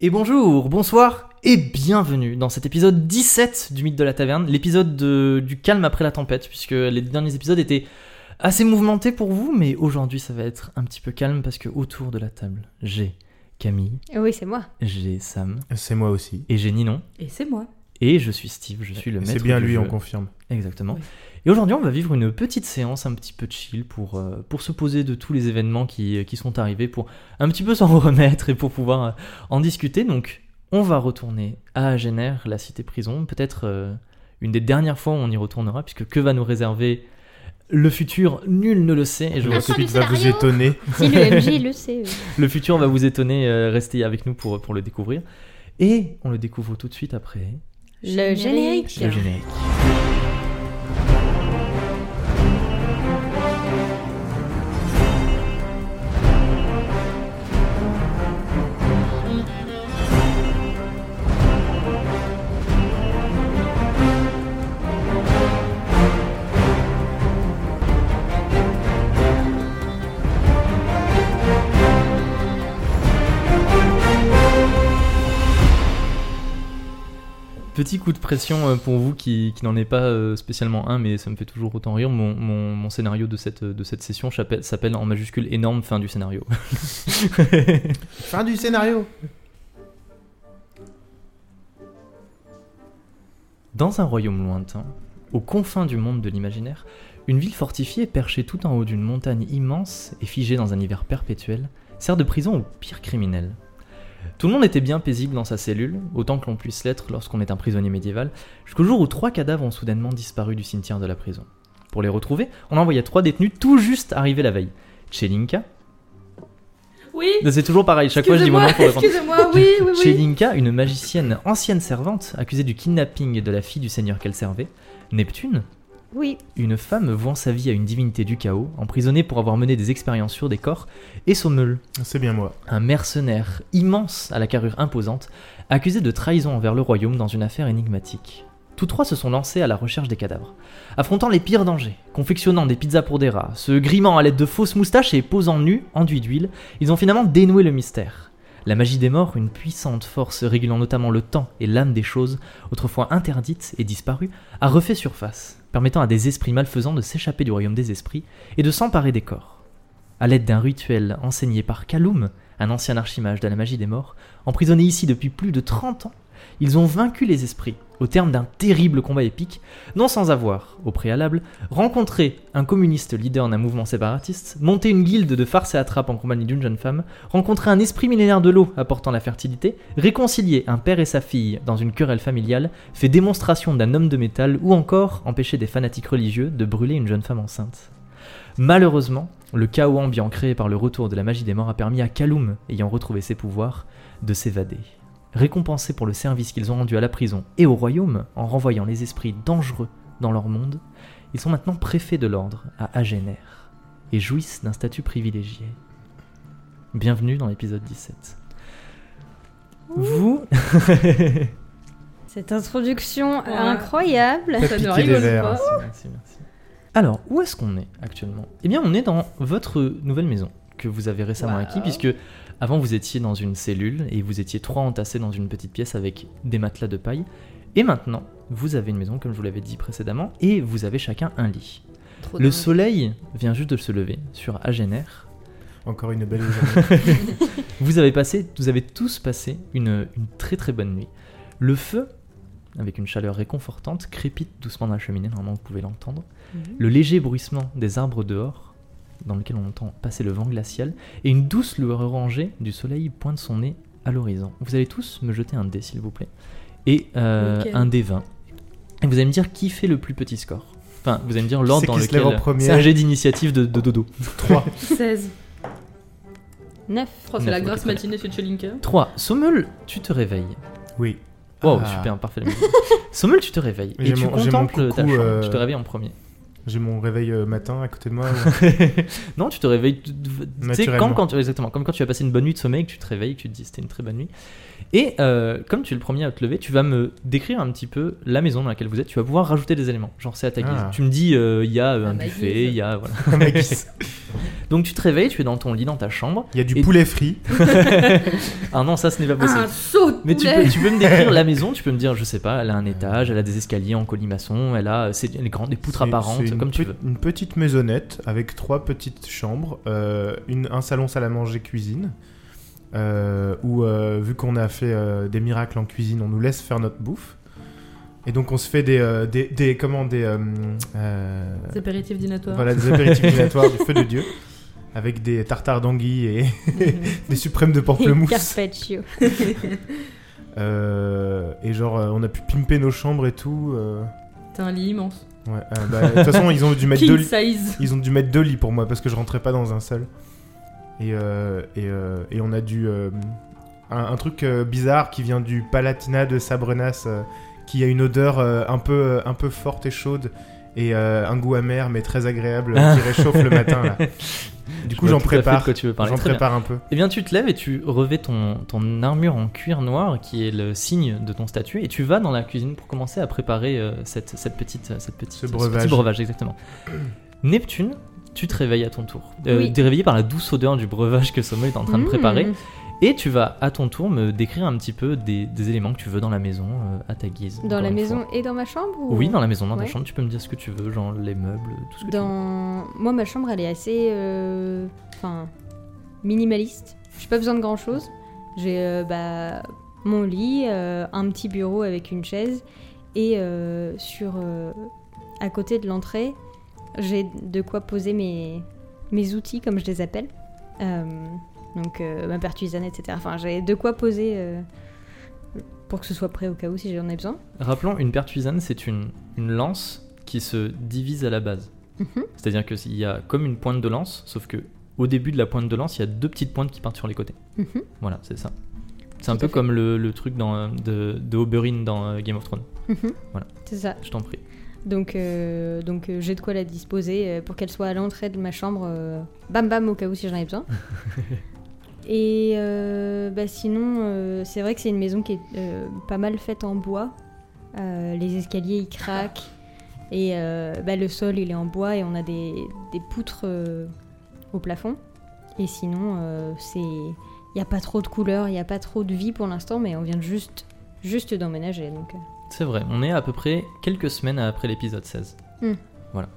Et bonjour, bonsoir et bienvenue dans cet épisode 17 du Mythe de la Taverne, l'épisode de- du calme après la tempête, puisque les derniers épisodes étaient assez mouvementés pour vous, mais aujourd'hui ça va être un petit peu calme parce que autour de la table, j'ai Camille, Oui, c'est moi. j'ai Sam, C'est moi aussi. et j'ai Ninon, Et c'est moi. et je suis Steve, je suis le maître. C'est bien du lui, jeu. on confirme. Exactement. Oui. Et aujourd'hui, on va vivre une petite séance un petit peu chill pour, euh, pour se poser de tous les événements qui, euh, qui sont arrivés, pour un petit peu s'en remettre et pour pouvoir euh, en discuter. Donc, on va retourner à Agener, la cité prison. Peut-être euh, une des dernières fois où on y retournera, puisque que va nous réserver le futur Nul ne le sait. Et je vois la que suite va vous étonner. Si le MJ le sait. euh. oui. le futur va vous étonner. euh, restez avec nous pour, pour le découvrir. Et on le découvre tout de suite après Le générique. le générique. Petit coup de pression euh, pour vous qui, qui n'en est pas euh, spécialement un, mais ça me fait toujours autant rire. Mon, mon- mon scénario de cette, de cette session chape- s'appelle en majuscule énorme fin du scénario. Fin du scénario. Dans un royaume lointain, aux confins du monde de l'imaginaire, une ville fortifiée perchée tout en haut d'une montagne immense et figée dans un hiver perpétuel sert de prison aux pires criminels. Tout le monde était bien paisible dans sa cellule, autant que l'on puisse l'être lorsqu'on est un prisonnier médiéval, jusqu'au jour où trois cadavres ont soudainement disparu du cimetière de la prison. Pour les retrouver, on envoya trois détenus tout juste arrivés la veille. Chelinka, Oui. c'est toujours pareil, chaque fois je dis mon Excusez-moi, nom pour répondre. excusez-moi, oui, oui, oui. Chelinka, une magicienne ancienne servante, accusée du kidnapping de la fille du seigneur qu'elle servait, Neptune, Oui, une femme vouant sa vie à une divinité du chaos, emprisonnée pour avoir mené des expériences sur des corps, et Sommeul, C'est bien moi. un mercenaire immense à la carrure imposante, accusé de trahison envers le royaume dans une affaire énigmatique. Tous trois se sont lancés à la recherche des cadavres, affrontant les pires dangers, confectionnant des pizzas pour des rats, se grimant à l'aide de fausses moustaches et posant nus, enduits d'huile, ils ont finalement dénoué le mystère. La magie des morts, une puissante force régulant notamment le temps et l'âme des choses, autrefois interdites et disparues, a refait surface, permettant à des esprits malfaisants de s'échapper du royaume des esprits et de s'emparer des corps. À l'aide d'un rituel enseigné par Kaloum, un ancien archimage de la magie des morts, emprisonné ici depuis plus de 30 ans, ils ont vaincu les esprits au terme d'un terrible combat épique, non sans avoir, au préalable, rencontré un communiste leader d'un mouvement séparatiste, monté une guilde de farces et attrapes en compagnie d'une jeune femme, rencontré un esprit millénaire de l'eau apportant la fertilité, réconcilié un père et sa fille dans une querelle familiale, fait démonstration d'un homme de métal ou encore empêché des fanatiques religieux de brûler une jeune femme enceinte. Malheureusement, le chaos ambiant créé par le retour de la magie des morts a permis à Kaloum, ayant retrouvé ses pouvoirs, de s'évader. Récompensés pour le service qu'ils ont rendu à la prison et au royaume en renvoyant les esprits dangereux dans leur monde, ils sont maintenant préfets de l'ordre à Agener et jouissent d'un statut privilégié. Bienvenue dans l'épisode 17. Vous cette introduction Ouais. incroyable. Faites Ah, Ça ne piquer rigole des verres. pas. Merci, merci, merci. Alors, où est-ce qu'on est actuellement Eh bien, on est dans votre nouvelle maison que vous avez récemment Wow. acquis, puisque avant vous étiez dans une cellule et vous étiez trois entassés dans une petite pièce avec des matelas de paille. Et maintenant, vous avez une maison, comme je vous l'avais dit précédemment, et vous avez chacun un lit. Trop Le dingue. soleil vient juste de se lever sur Agener. Encore une belle journée. Vous avez passé, vous avez tous passé une, une très très bonne nuit. Le feu, avec une chaleur réconfortante, crépite doucement dans la cheminée. Normalement, vous pouvez l'entendre. Mhm. le léger bruissement des arbres dehors, dans lequel on entend passer le vent glacial, et une douce lueur orangée du soleil pointe son nez à l'horizon. Vous allez tous me jeter un dé, s'il vous plaît, et euh, Lequel un dé 20. Et vous allez me dire qui fait le plus petit score. Enfin, vous allez me dire l'ordre C'est dans qui se lève lequel. en premier C'est un jet d'initiative de, de dodo. 16. 9. Oh, c'est Neuf, la ok, grosse très bien. matinée chez Chelinka. 3. Sommel, tu te réveilles. Oui. Wow, Ah. super, parfait. la musique. Sommel, tu te réveilles. Mais Et j'ai tu mon- j'ai mon contemples ta coucou, chambre. euh, Tu te réveilles en premier. J'ai mon réveil euh, matin à côté de moi. non, tu te réveilles. tu- tu- Tu sais, Naturellement. comme quand, tu- exactement, comme quand tu as passé une bonne nuit de sommeil, que tu te réveilles, que tu te dis c'était une très bonne nuit. Et euh, comme tu es le premier à te lever, tu vas me décrire un petit peu la maison dans laquelle vous êtes. Tu vas pouvoir rajouter des éléments. Genre, c'est à ta guise. Ah. Tu me dis, euh, il y a euh, À un ma buffet, guise. il y a. Voilà. À ma guise. Donc tu te réveilles, tu es dans ton lit, dans ta chambre. Il y a du Et- poulet frit. Ah non, ça ce n'est pas possible. Un saut de Mais tu poulet. peux, tu peux me décrire la maison, tu peux me dire, je sais pas, elle a un étage, elle a des escaliers en colimaçon, elle a euh, c'est les grandes, des poutres C'est- c'est apparentes, une comme tu pe- veux. Une petite maisonnette avec trois petites chambres, euh, une, un salon salle à manger cuisine, euh, où euh, vu qu'on a fait euh, des miracles en cuisine, on nous laisse faire notre bouffe. Et donc on se fait des, euh, des, des comment des euh, euh, C'est apéritif dînatoire. voilà des apéritifs dilatoires du feu de dieu avec des tartares d'anguilles et des suprêmes de Et pamplemousse. Carpaccio. Euh, et genre euh, on a pu pimper nos chambres et tout. euh, T'as un lit immense. ouais, euh, bah, de toute façon ils ont dû mettre deux King lits. size. Ils ont dû mettre deux lits pour moi parce que je rentrais pas dans un seul. Et, euh, et, euh, et on a dû. euh, un, un truc euh, bizarre qui vient du Palatinat de Sabrenas, euh, qui a une odeur euh, un, peu, euh, un peu forte et chaude, et euh, un goût amer mais très agréable euh, qui réchauffe le matin. là. Du coup, Je vois j'en tout à fait de prépare. quoi tu veux parler. J'en Très bien. prépare un peu. Eh bien, tu te lèves et tu revais ton, ton armure en cuir noir, qui est le signe de ton statut, et tu vas dans la cuisine pour commencer à préparer euh, cette, cette petite, cette petite, Ce breuvage. petit breuvage, exactement. Neptune, tu te réveilles à ton tour. Oui. Tu es réveillé par la douce odeur du breuvage que Sommeil est en train de préparer, Mmh. et tu vas à ton tour me décrire un petit peu des, des éléments que tu veux dans la maison, euh, à ta guise. Dans encore la une maison fois. et dans ma chambre ou- Oui, dans la maison, dans Ouais. ta chambre, tu peux me dire ce que tu veux, genre les meubles, tout ce que tu veux. Dans... Moi, ma chambre, elle est assez. euh, Enfin. minimaliste. J'ai pas besoin de grand chose. J'ai euh, bah, mon lit, euh, un petit bureau avec une chaise. Et euh, sur. euh, à côté de l'entrée, j'ai de quoi poser mes, mes outils, comme je les appelle. Euh, donc, euh, ma pertusane, etc. Enfin, j'ai de quoi poser. euh, pour que ce soit prêt au cas où si j'en ai besoin. Rappelons, une pertuisane, c'est une, une lance qui se divise à la base. Mhm. C'est-à-dire qu'il y a comme une pointe de lance, sauf que au début de la pointe de lance, il y a deux petites pointes qui partent sur les côtés. Mhm. Voilà, c'est ça. C'est un Tout peu à fait. comme le, le truc dans, euh, de, de Oberyn dans euh, Game of Thrones. Mhm. Voilà. C'est ça. Je t'en prie. Donc, euh, donc euh, j'ai de quoi la disposer euh, pour qu'elle soit à l'entrée de ma chambre, euh, bam bam, au cas où si j'en ai besoin. Et euh, bah, sinon, euh, c'est vrai que c'est une maison qui est euh, pas mal faite en bois. Euh, les escaliers, ils craquent. Et euh, bah, le sol, il est en bois et on a des, des poutres euh, au plafond. Et sinon, euh, c'est il n'y a pas trop de couleurs, il n'y a pas trop de vie pour l'instant, mais on vient juste, juste d'emménager. Donc, euh, C'est vrai, on est à peu près quelques semaines après l'épisode 16. Hmm. Voilà.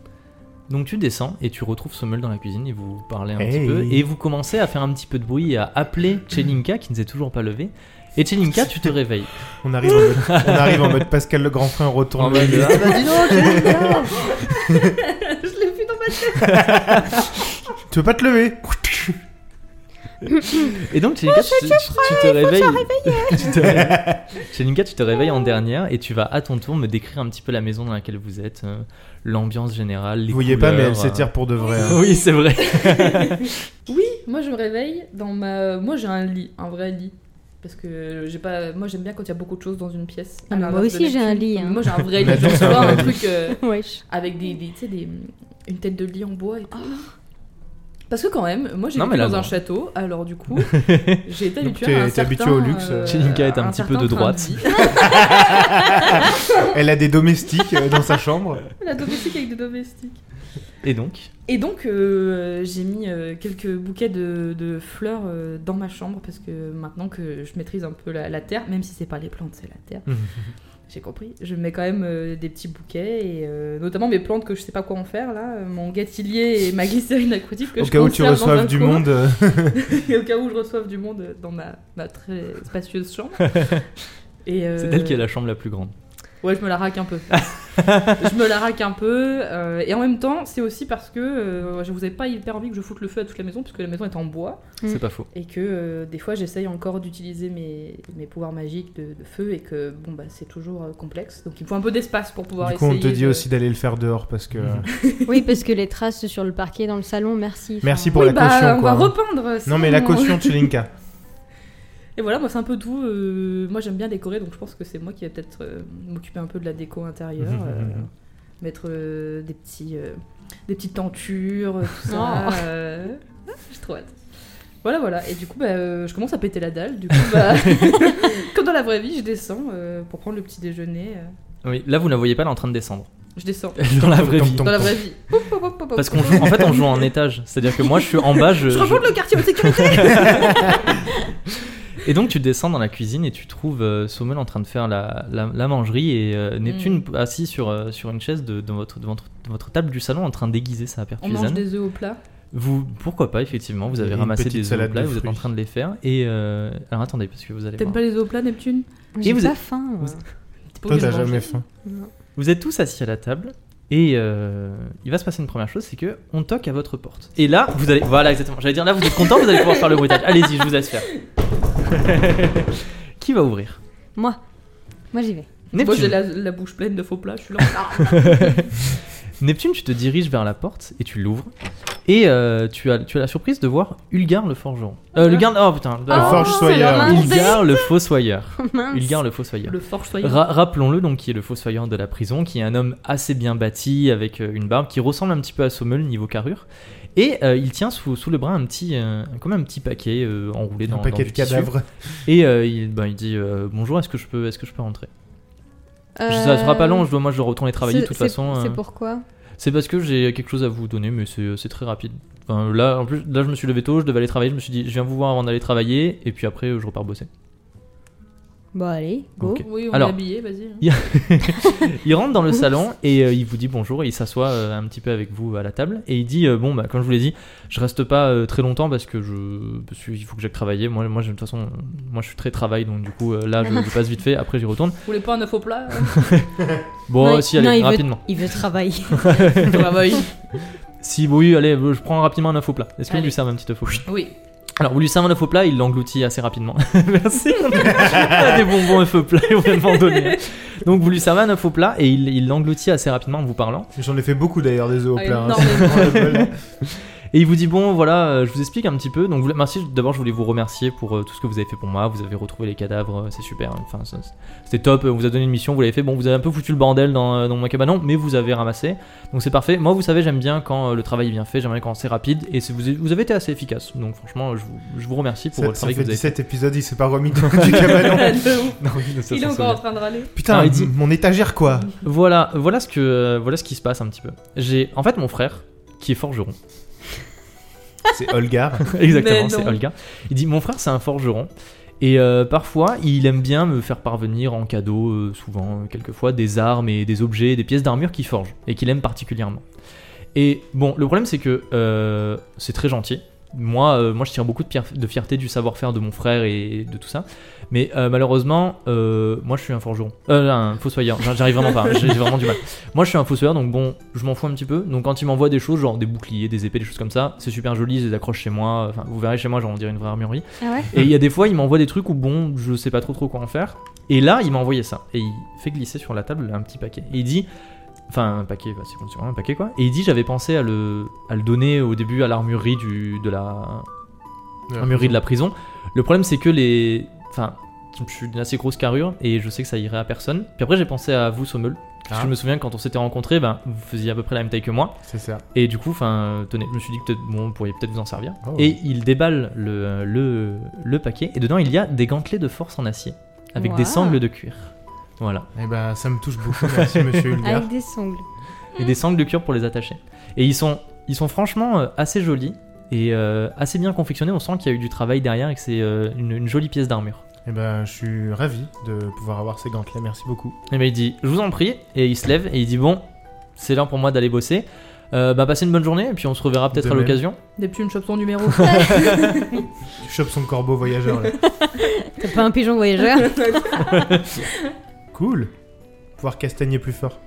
Donc tu descends et tu retrouves Sommel dans la cuisine et vous parlez un petit Hey. peu et vous commencez à faire un petit peu de bruit et à appeler Chelinka qui ne s'est toujours pas levée. Et Chelinka, tu te réveilles. On arrive, en mode, on arrive en mode Pascal le grand frère retourne. En le mode, lit. ah bah, Je l'ai vu dans ma tu veux pas te lever Et donc, Chelinka, tu, tu- tu te réveilles. tu te réveilles. Chelinka, tu te réveilles en dernière et tu vas à ton tour me décrire un petit peu la maison dans laquelle vous êtes, euh, l'ambiance générale, les Vous voyez pas, couleurs, mais elle euh. s'étire pour de vrai. hein. Oui, c'est vrai. Oui, moi je me réveille dans ma. Moi j'ai un lit, un vrai lit. Parce que j'ai pas. Moi j'aime bien quand il y a beaucoup de choses dans une pièce. Ah, à mais moi l'inverse de aussi, j'ai un Neptune. lit, hein. Mais Moi j'ai un vrai On a lit. Genre, tous tu un vois, vrai un lit. truc euh, wesh. avec des, des- tu sais, des- une tête de lit en bois et tout. Ah. Parce que quand même, moi j'ai Non, vécu mais là, dans non. un château, alors du coup, j'ai été Donc, habituée t'es- à un t'es habituée certain, au luxe. euh, Chelinka est un petit peu certain de train droite. vie. Elle a des domestiques euh, dans sa chambre. La domestique avec des domestiques. Et donc, Et donc, euh, j'ai mis euh, quelques bouquets de, de fleurs euh, dans ma chambre parce que maintenant que je maîtrise un peu la, la terre, même si c'est pas les plantes, c'est la terre. j'ai compris. Je mets quand même euh, des petits bouquets et euh, notamment mes plantes que je sais pas quoi en faire là, euh, mon gâtillier et ma glycérine aquatique que Au je cas où tu conserve dans un reçoives du coin. monde. euh, Et au cas où je reçoive du monde euh, dans ma, ma très spacieuse chambre. Et, euh, c'est elle qui est la chambre la plus grande. Ouais, je me la raque un peu. je me la raque un peu. euh, et en même temps, c'est aussi parce que euh, je vous ai pas hyper envie que je foute le feu à toute la maison, parce que la maison est en bois. Mm. C'est pas faux. Et que euh, des fois, j'essaye encore d'utiliser mes, mes pouvoirs magiques de, de feu, et que bon, bah, c'est toujours euh, complexe. Donc il me faut un peu d'espace pour pouvoir Du coup, on essayer. te dit de- aussi d'aller le faire dehors parce que. euh, Mhm. Oui, parce que les traces sur le parquet dans le salon, merci. Merci Enfin, pour Oui, la bah, caution. on quoi. hein. va repeindre. Non, sinon- mais la caution de Chelinka. Et voilà, moi, c'est un peu tout. euh, moi, j'aime bien décorer, donc je pense que c'est moi qui vais peut-être euh, m'occuper un peu de la déco intérieure. euh, mettre euh, des petits euh, des petites tentures euh, tout ça Oh. euh, j'ai trop hâte voilà voilà et du coup bah, euh, je commence à péter la dalle du coup bah, comme dans la vraie vie je descends euh, pour prendre le petit déjeuner euh. Oui, là, vous ne la voyez pas, elle est en train de descendre. Je descends. dans la vraie vie. Dans la vraie vie. Oup, oup, oup, oup, Parce oup. qu'on joue, en fait, on joue en étage. C'est-à-dire que moi, je suis en bas. Je, Je je- remonte le quartier de sécurité Et donc, tu descends dans la cuisine et tu trouves euh, Sommel en train de faire la, la, la mangerie et Mm. euh, Neptune assis sur, euh, sur une chaise de, de votre, de votre, de votre table du salon en train de déguiser sa paire On mange tisane. des œufs au plat. Vous, pourquoi pas, effectivement, vous avez Et une ramassé petite des œufs salade plats, de vous êtes en fruits. train de les faire. Et euh, alors attendez, parce que vous allez T'aimes voir. pas les œufs au plat, Neptune J'ai vous pas êtes- faim. moi. T'es pas Toi, obligé t'as de manger. jamais faim. Non. Vous êtes tous assis à la table et euh, il va se passer une première chose, c'est que on toque à votre porte. Et là, vous allez, voilà exactement. J'allais dire là, vous êtes content, vous allez pouvoir faire le bruitage. Allez-y, je vous laisse faire. Qui va ouvrir Moi, moi j'y vais. Moi, Neptune. j'ai la, la bouche pleine de faux plats, je suis là. Neptune, tu te diriges vers la porte et tu l'ouvres. Et euh, tu, as, tu as la surprise de voir Ulgar le forgeron. Euh, Ulgar, oh putain, Le euh, Ah, forge c'est soyeur. normal. Ulgar le fossoyeur. Oh, Mince. Ulgar le fossoyeur. le forge soyeur. Ra- Rappelons-le donc, qui est le fossoyeur de la prison, qui est un homme assez bien bâti, avec euh, une barbe qui ressemble un petit peu à Sommel niveau carrure. Et euh, il tient sous, sous le bras un petit, euh, comme un petit paquet euh, enroulé dans, Un dans paquet du de tissu. cadavres. Et euh, il, ben, il dit euh, bonjour, est-ce que je peux, est-ce que je peux rentrer Je- Ça sera pas long, je dois, moi je retourne travailler de Euh, C'est- toute c'est- façon. euh, C'est pourquoi C'est parce que j'ai quelque chose à vous donner, mais c'est euh, c'est très rapide. Enfin, là, en plus, là je me suis levé tôt, je devais aller travailler, je me suis dit je viens vous voir avant d'aller travailler, et puis après euh, je repars bosser. Bon, allez, go. Ok. Oui, on Alors. est habillé, vas-y. hein. Il rentre dans le salon et euh, il vous dit bonjour et il s'assoit euh, un petit peu avec vous à la table et il dit euh, bon bah comme je vous l'ai dit je reste pas euh, très longtemps parce que je parce qu'il faut que j'aille travailler moi moi j'ai- de toute façon euh, moi je suis très travail donc du coup euh, là je, je passe vite fait après j'y retourne Vous voulez pas un œuf au plat hein. bon Non, si il- non, allez il veut- rapidement Il veut travailler. Travail. si oui allez euh, je prends rapidement un œuf au plat est-ce que vous Allez. lui servez un petit œuf au plat Oui. alors vous lui servez un œuf au plat il l'engloutit assez rapidement merci on a des bonbons œufs au plat on va m'en donner donc vous lui servez un œuf au plat et il il l'engloutit assez rapidement en vous parlant J'en ai fait beaucoup d'ailleurs des œufs au Ah, plat. hein. énormément. Voilà. Et il vous dit bon voilà, euh, je vous explique un petit peu. Donc vous- merci d'abord je voulais vous remercier pour euh, tout ce que vous avez fait pour moi. Vous avez retrouvé les cadavres, euh, c'est super. Enfin ça- c'était top. euh, On vous a donné une mission, vous l'avez fait. Bon vous avez un peu foutu le bordel dans, euh, dans mon cabanon, mais vous avez ramassé. Donc c'est parfait. Moi vous savez j'aime bien quand euh, le travail est bien fait, j'aime bien quand c'est rapide et c'est- vous, avez- vous avez été assez efficace. Donc franchement je vous, je vous remercie pour Ça, le ça travail que fait vous avez fait. 17 épisodes, il s'est pas remis du, du cabanon. De ouf. Non, il ne se Il est sent encore en sauvé. train de râler. Non, Putain, il dit- mon étagère quoi. Voilà voilà ce que euh, voilà ce qui se passe un petit peu. J'ai en fait mon frère qui est forgeron. C'est Olgar. Exactement, Mais c'est non. Olga. Il dit Mon frère, c'est un forgeron. Et euh, parfois, il aime bien me faire parvenir en cadeau, euh, souvent, euh, quelquefois, des armes et des objets, des pièces d'armure qu'il forge et qu'il aime particulièrement. Et bon, le problème, c'est que euh, c'est très gentil. Moi, euh, moi, je tire beaucoup de, pierre- de fierté du savoir-faire de mon frère et de tout ça. Mais euh, malheureusement, euh, moi, je suis un forgeron. Euh, un fossoyeur. J'ar- J'arrive vraiment pas. hein. J'ai j'ai vraiment du mal. Moi, je suis un fossoyeur, donc bon, je m'en fous un petit peu. Donc, quand il m'envoie des choses, genre des boucliers, des épées, des choses comme ça, c'est super joli, je les accroche chez moi. Enfin, vous verrez chez moi, genre on dirait une vraie armurerie. Ah ouais Et il y a des fois, il m'envoie des trucs où bon, je sais pas trop trop quoi en faire. Et là, il m'a envoyé ça. Et il fait glisser sur la table un petit paquet. Et il dit. Enfin, un paquet, bah, c'est comme ça, un paquet quoi. Et il dit J'avais pensé à le, à le donner au début à l'armurerie du, de la, armurerie de la prison. Le problème, c'est que les. Enfin, je suis d'une assez grosse carrure et je sais que ça irait à personne. Puis après, j'ai pensé à vous, Sommel. Parce que Ah. je me souviens quand on s'était rencontrés, ben, vous faisiez à peu près la même taille que moi. C'est ça. Et du coup, enfin, tenez, je me suis dit que peut-être, bon, vous pourriez peut-être vous en servir. Oh. Et il déballe le, le, le paquet, et dedans, il y a des gantelets de force en acier, avec des Waouh. sangles de cuir. Voilà. Eh ben, ça me touche beaucoup. Merci, monsieur Ulgar. Avec des songles. Et des sangles de cuir pour les attacher. Et ils sont, ils sont franchement euh, assez jolis, et euh, assez bien confectionnés. On sent qu'il y a eu du travail derrière, et que c'est euh, une, une jolie pièce d'armure. Eh ben, je suis ravi de pouvoir avoir ces gantelets. Merci beaucoup. Et ben il dit, je vous en prie, et il se lève, et il dit, bon, c'est l'heure pour moi d'aller bosser. Euh, bah, passez une bonne journée, et puis on se reverra peut-être De à même. l'occasion. Neptune chope son numéro. Tu chopes son corbeau voyageur là. T'as pas un pigeon voyageur Cool. Pouvoir castagner plus fort.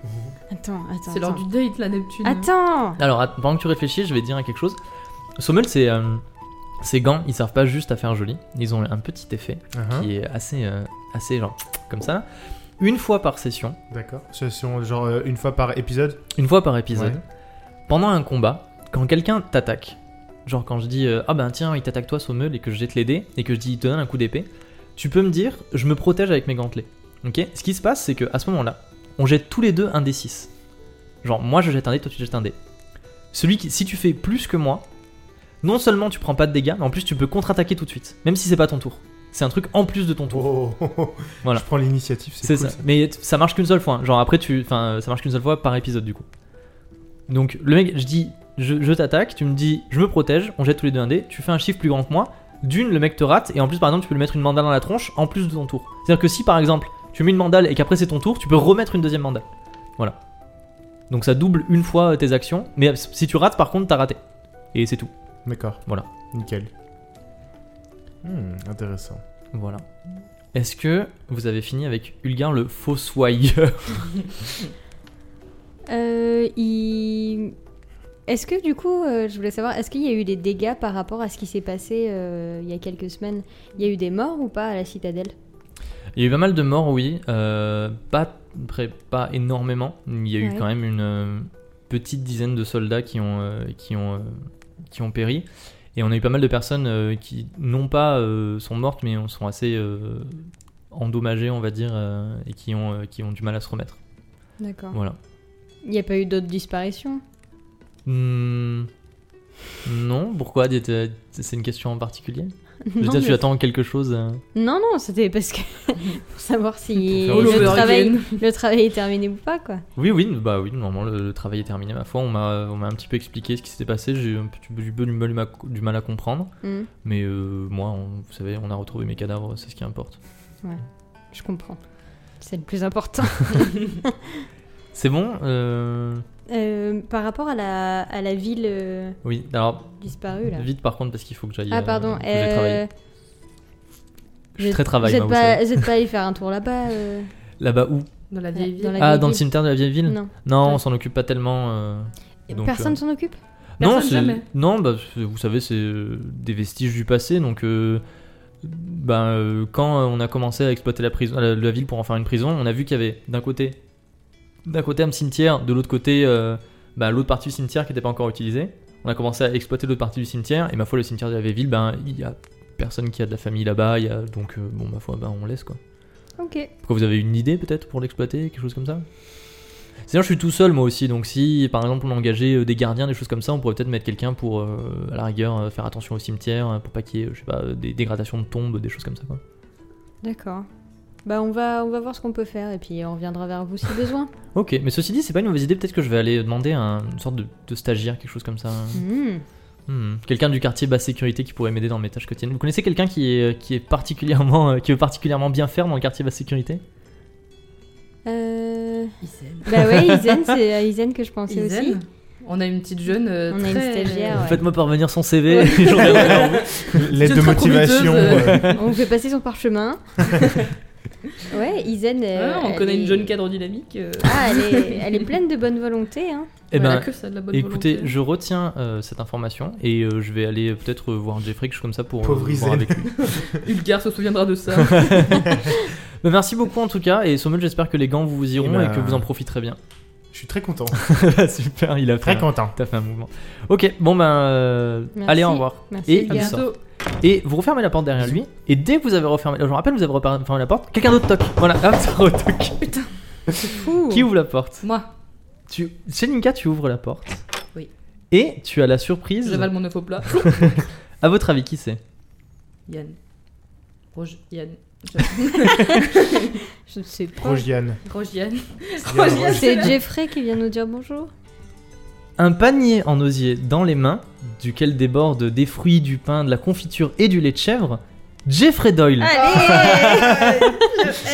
Attends, attends. C'est l'heure attends. du date, la Neptune. hein. Attends Alors, att- pendant que tu réfléchis, je vais te dire quelque chose. Sommel, c'est. euh, ces gants, ils servent pas juste à faire joli, ils ont un petit effet Uh-huh. qui est assez, euh, assez genre comme ça. Une fois par session, D'accord. Ce sont genre euh, une fois par épisode. une fois par épisode, Ouais. pendant un combat, quand quelqu'un t'attaque, genre quand je dis euh, ah ben tiens il t'attaque toi Sommel et que je jette les dés et que je dis il te donne un coup d'épée, tu peux me dire je me protège avec mes gantelets. Ok Ce qui se passe c'est que à ce moment-là, on jette tous les deux un dé 6. Genre moi je jette un dé, toi tu jettes un dé. Celui qui, si tu fais plus que moi, non seulement tu prends pas de dégâts, mais en plus tu peux contre-attaquer tout de suite, même si c'est pas ton tour. C'est un truc en plus de ton tour. Oh, oh, oh. Voilà. Je prends l'initiative, c'est C'est cool. ça. Mais t- ça marche qu'une seule fois. hein. Genre après, tu, enfin, euh, ça marche qu'une seule fois par épisode du coup. Donc le mec, je dis, je, je t'attaque, tu me dis, je me protège, on jette tous les deux un dé, tu fais un chiffre plus grand que moi. D'une, le mec te rate, et en plus, par exemple, tu peux lui mettre une mandale dans la tronche en plus de ton tour. C'est-à-dire que si par exemple, tu mets une mandale et qu'après c'est ton tour, tu peux remettre une deuxième mandale. Voilà. Donc ça double une fois euh, tes actions, mais euh, si tu rates, par contre, t'as raté. Et c'est tout. D'accord. Voilà. Nickel. Hmm, intéressant. Voilà. Est-ce que vous avez fini avec Ulgar le Fossoyeur Euh, il- Est-ce que du coup, euh, je voulais savoir, est-ce qu'il y a eu des dégâts par rapport à ce qui s'est passé euh, il y a quelques semaines Il y a eu des morts ou pas à la citadelle Il y a eu pas mal de morts, oui. Euh, pas, près- pas énormément. Il y a eu Ouais. quand même une euh, petite dizaine de soldats qui ont, euh, qui, ont, euh, qui ont péri. Et on a eu pas mal de personnes euh, qui, non pas euh, sont mortes, mais sont assez euh, endommagées, on va dire, euh, et qui ont, euh, qui ont du mal à se remettre. D'accord. Voilà. Il n'y a pas eu d'autres disparitions Hmm. Non, pourquoi Dites- C'est une question en particulier Je veux non, dire, tu mais- attends quelque chose euh, non, non, c'était parce que pour savoir si Pour faire autre le chose. travail, le travail est terminé ou pas, quoi. Oui, oui, bah oui, normalement le, le travail est terminé. Ma foi, on m'a, on m'a un petit peu expliqué ce qui s'était passé. J'ai eu un petit peu du, peu du mal, à- du mal à comprendre, Hmm, mais euh, moi, on- vous savez, on a retrouvé mes cadavres, c'est ce qui importe. je comprends. C'est le plus important. C'est bon. euh, Euh, par rapport à la, à la ville euh, Oui. Alors disparue, là. vite par contre parce qu'il faut que j'aille. ah, euh, pardon. que j'aille travailler. euh, Je suis vous très êtes- travail, Vous moi, êtes vous pas, savez. vous êtes pas allé faire un tour là-bas euh, Là-bas où Dans la Ouais, vieille dans ville. la Ah, vieille dans le ville. cimetière de la vieille ville. Non. Non, on Ouais. s'en occupe pas tellement. euh, Et donc, Personne euh, s'en occupe Non, Personne c'est- jamais. non, bah, c'est- vous savez, c'est euh, des vestiges du passé, donc. euh, ben, euh, quand euh, on a commencé à exploiter la, prison, la, la ville pour en faire une prison, on a vu qu'il y avait d'un côté, d'un côté un cimetière, de l'autre côté euh, ben, l'autre partie du cimetière qui n'était pas encore utilisée. On a commencé à exploiter l'autre partie du cimetière et ma foi le cimetière de la vieille ville, ben il y a personne qui a de la famille là-bas, il y a- donc euh, bon ma foi ben, on laisse quoi. Ok. Pourquoi vous avez une idée peut-être pour l'exploiter, quelque chose comme ça C'est-à-dire, je suis tout seul moi aussi, donc si par exemple on engageait euh, des gardiens, des choses comme ça, on pourrait peut-être mettre quelqu'un pour, euh, à la rigueur, euh, faire attention au cimetière, euh, pour pas qu'il y ait, euh, je sais pas, euh, des dégradations de tombes, des choses comme ça quoi. D'accord. Bah on va, on va voir ce qu'on peut faire et puis on reviendra vers vous si besoin. Ok, mais ceci dit, c'est pas une mauvaise idée, peut-être que je vais aller demander à un- une sorte de, de stagiaire, quelque chose comme ça. Hmm. Hmm, Quelqu'un du quartier basse sécurité qui pourrait m'aider dans mes tâches quotidiennes. Vous connaissez quelqu'un qui est, euh, qui est particulièrement, euh, qui veut particulièrement bien faire dans le quartier basse sécurité Euh... Ils s'aiment. Bah ouais, Isen, c'est à Isen que je pensais Ils aussi. s'aiment. On a une petite jeune. euh, On a une très- stagiaire, ouais. Faites-moi parvenir son CV, j'en ai rien à vous. L'aide Une de très motivation. prometteuse, euh, On vous fait passer son parchemin. ouais, Isen. euh, Ah, on elle connaît est- une jeune cadre dynamique. euh, Ah, elle est, elle est pleine de bonne volonté. Hein. Eh voilà, ben, que ça, de la bonne Écoutez, volonté. je retiens euh, cette information et euh, je vais aller euh, peut-être euh, voir Jeffrey, que je suis comme ça pour euh, Pauvre voir Isen. avec lui. Ulgar se souviendra de ça. Bah, merci beaucoup en tout cas et Sommel, j'espère que les gants vous vous iront et, Eh ben- que vous en profiterez bien. Je suis très content. Bah, Super, il a fait. Très un- content. T'as fait un mouvement. Ok, bon ben, euh, Merci. allez au revoir. Merci, Et à Edgar. plus tard. Et vous refermez la porte derrière lui. Et dès que vous avez refermé, je vous rappelle, vous avez refermé la porte. Quelqu'un d'autre toque. Voilà, hop, ça retoque. Oh. Fou. Qui ouvre la porte Moi, Tu, Chelinka, tu ouvres la porte. Oui. Et tu as la surprise. j'avale mon œuf au plat. À votre avis, qui c'est Yann. Roge Yann. Je ne sais pas. Rogiane. Roge Yann. Roge Ah, Roge Yann. C'est Jeffrey qui vient nous dire bonjour. Un panier en osier dans les mains, duquel débordent des fruits, du pain, de la confiture et du lait de chèvre, Jeffrey Doyle,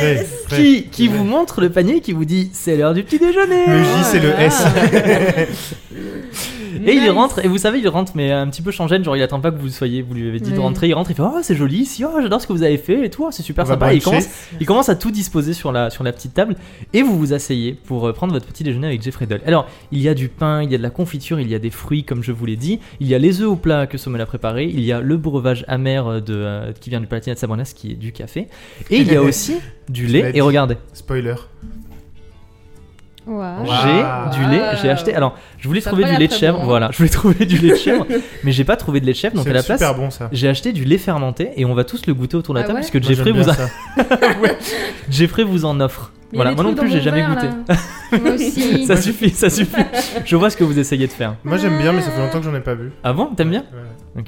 J'ai- j'ai- qui, qui vous montre le panier et qui vous dit c'est l'heure du petit déjeuner. Le J, c'est le S. Ah. Et il rentre, et vous savez, il rentre, mais un petit peu changène, genre il attend pas que vous soyez, vous lui avez dit de Oui. rentrer, il rentre, il fait oh c'est joli ici, oh j'adore ce que vous avez fait et tout, oh, c'est super On va sympa. Et il bruncher. commence, il commence à tout disposer sur la, sur la petite table, et vous vous asseyez pour euh, prendre votre petit déjeuner avec Jeffrey Doyle. Alors, il y a du pain, il y a de la confiture, il y a des fruits, comme je vous l'ai dit, il y a les œufs au plat que Sommel a préparé, il y a le breuvage amer euh, de, euh, qui vient du Palatinat de Sabranas, qui est du café, et il y a aussi du lait, l'as et dit. regardez. Spoiler. Ah, Waouh. Waouh. J'ai du lait, j'ai acheté. Alors, je voulais Ah. Ça trouver paraît du lait de très chèvre, bon, hein. voilà, je voulais trouver du lait de chèvre, mais j'ai pas trouvé de lait de chèvre, donc à la C'est place, super bon ça. j'ai acheté du lait fermenté et on va tous le goûter autour de la Ah table ouais puisque Moi, Jeffrey j'aime vous, bien a- ça. Jeffrey vous en offre. il y a Voilà, des moi non trucs plus, j'ai dans mon jamais Ah, verre, là. Moi aussi. Ça suffit, ça suffit. Je vois ce que vous essayez de faire. Moi j'aime bien, mais ça fait longtemps que j'en ai pas vu. Ah bon T'aimes bien Ouais, ouais.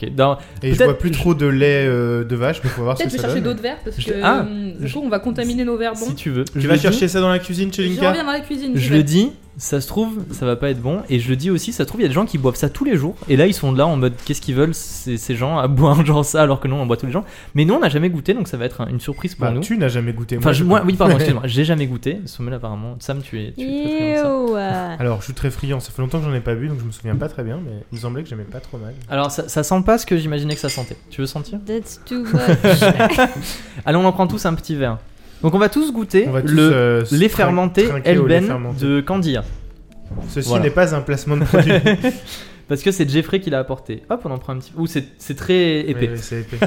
Ok. dans- Et je Peut-être- bois plus trop de lait euh, de vache, mais faut voir ce Peut-être que que je ça vais chercher donne. d'autres verres parce Je- que Ah, hum, du je- coup on va contaminer nos verres bons. Si tu veux. Ah Tu Je vas le dis- chercher ça dans la cuisine chez Je Linka reviens dans la cuisine. j'y Je vais. le dis, ça se trouve, ça va pas être bon. Et je le dis aussi, ça se trouve, il y a des gens qui boivent ça tous les jours. Et là, ils sont là en mode, qu'est-ce qu'ils veulent ces, ces gens à boire genre ça alors que nous on boit tous les gens. Mais nous on n'a jamais goûté, donc ça va être un- une surprise pour Bah, nous. tu n'as jamais goûté. Enfin, je- je- moi, oui, pardon, excuse-moi, j'ai jamais goûté. Sommel, apparemment, Sam, tu es, tu es très friand de ça. Yo, euh, Alors, je suis très friand, ça fait longtemps que j'en ai pas bu, donc je me souviens pas très bien, mais il me semblait que j'aimais pas trop mal. Alors, ça, ça sent pas ce que j'imaginais que ça sentait. Tu veux sentir That's too much. Allez, on en prend tous un petit verre. Donc, on va tous goûter On va tous, le, euh, se les trin- fermentés trinquer au lait Elben fermenté. de Candir. Ceci Voilà. n'est pas un placement de produit. Parce que c'est Jeffrey qui l'a apporté. Hop, on en prend un petit. Ouh, c'est c'est très épais. Ouais, ouais, c'est épais.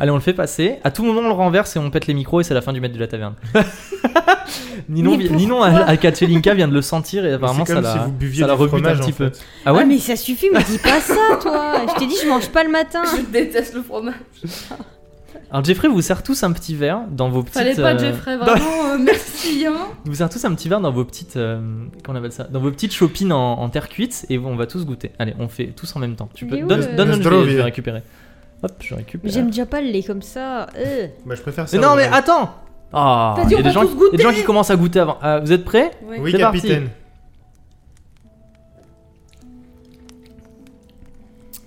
Allez, on le fait passer. À tout moment, on le renverse et on pète les micros et c'est la fin du maître de la taverne. Ninon, Mais vi- pourquoi Ninon à, à Kachelinka vient de le sentir et apparemment C'est ça comme la, si vous buviez ça la du rebute fromage, un petit en peu. fait. Ah ouais Ah, mais ça suffit, mais dis pas ça, toi. Je t'ai dit, je mange pas le matin. Je déteste le fromage. Alors Jeffrey vous sert tous un petit verre dans vos petites. Fallait pas euh, Jeffrey, vraiment, euh, merci. Hein. vous sert tous un petit verre dans vos petites. euh, comment on appelle ça Dans vos petites chopines en, en terre cuite et on va tous goûter. Allez, on fait tous en même temps. Tu Il peux est où, donne, le- donne, Le je vais- je vais Zdrowie. récupérer. Hop, je récupère. J'aime déjà pas le lait comme ça. euh. Bah, je préfère ça. Mais non, mais ouais. attends. Ah, T'as il dit, y a on des va gens tous qui- il y a goûter des gens qui commencent à goûter avant. Ah, vous êtes prêts Ouais. Oui, C'est parti. capitaine.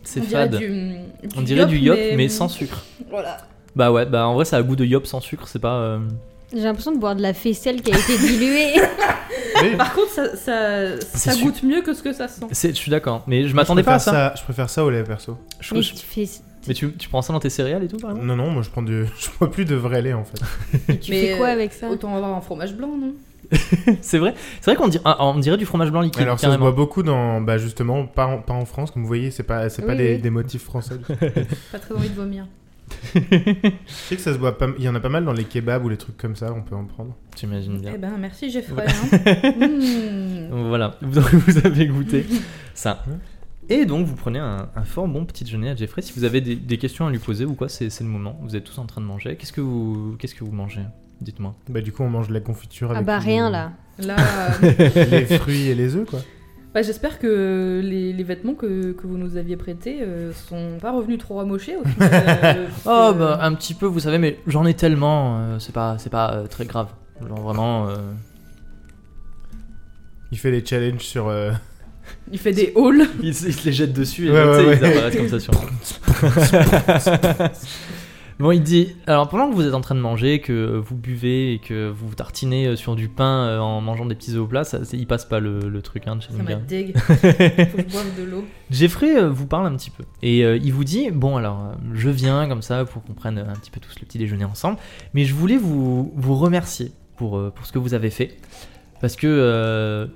C'est On dirait fade. du, hum, On dirait du yop, mais... hum, sans sucre. Voilà. Bah ouais, bah en vrai, ça a goût de yop sans sucre, c'est pas. euh, J'ai l'impression de boire de la faisselle qui a été diluée. Oui, Par contre, ça, ça, ça su- goûte mieux que ce que ça sent. c'est- Je suis d'accord, mais je m'attendais je pas à préfère ça. Je préfère ça au lait perso. Je- mais je- tu fais, Mais tu, tu prends ça dans tes céréales et tout, par exemple Non, non, moi je prends du. Je bois plus de vrai lait en fait. tu Mais, fais quoi euh, avec ça Autant avoir un fromage blanc, non C'est vrai, c'est vrai qu'on dirait, ah, on dirait du fromage blanc liquide, Alors, ça se carrément. boit beaucoup dans. Bah, justement, pas en, pas en France, comme vous voyez, c'est pas, c'est pas Oui, des, oui. des motifs français. je Pas très envie de vomir. sais que ça se boit pas. Il y en a pas mal dans les kebabs ou les trucs comme ça, on peut en prendre. J'imagine bien. Eh ben, merci Jeffrey. hein. Mmh. Donc Voilà, donc vous avez goûté ça. Et donc, vous prenez un, un fort bon petit déjeuner à Jeffrey. Si vous avez des, des questions à lui poser ou quoi, c'est c'est le moment. Vous êtes tous en train de manger. Qu'est-ce que vous, qu'est-ce que vous mangez Dites-moi. Bah, du coup, on mange de la confiture Ah avec. bah le- rien là. Là, Les fruits et les œufs, quoi. bah, j'espère que les, les vêtements que, que vous nous aviez prêtés euh, sont pas revenus trop ramochés. Au final, euh, parce Oh, que- bah, un petit peu, vous savez, mais j'en ai tellement, euh, c'est pas, c'est pas euh, très grave. Genre, vraiment. euh, Il fait les challenges sur. euh, Il fait des hauls. Ils, ils se les jettent dessus et Ouais, tu sais, ouais, ils ouais. apparaissent comme ça sur. bon, il dit alors pendant que vous êtes en train de manger, que vous buvez et que vous vous tartinez euh, sur du pain euh, en mangeant des petits œufs au plat, ça, c'est- il passe pas le, le truc hein, de chez Ça m'a Ninja. dégue. Faut que je boive de l'eau. Jeffrey euh, vous parle un petit peu et euh, il vous dit bon alors euh, je viens comme ça pour qu'on prenne un petit peu tous le petit déjeuner ensemble, mais je voulais vous, vous remercier pour, euh, pour ce que vous avez fait parce que euh,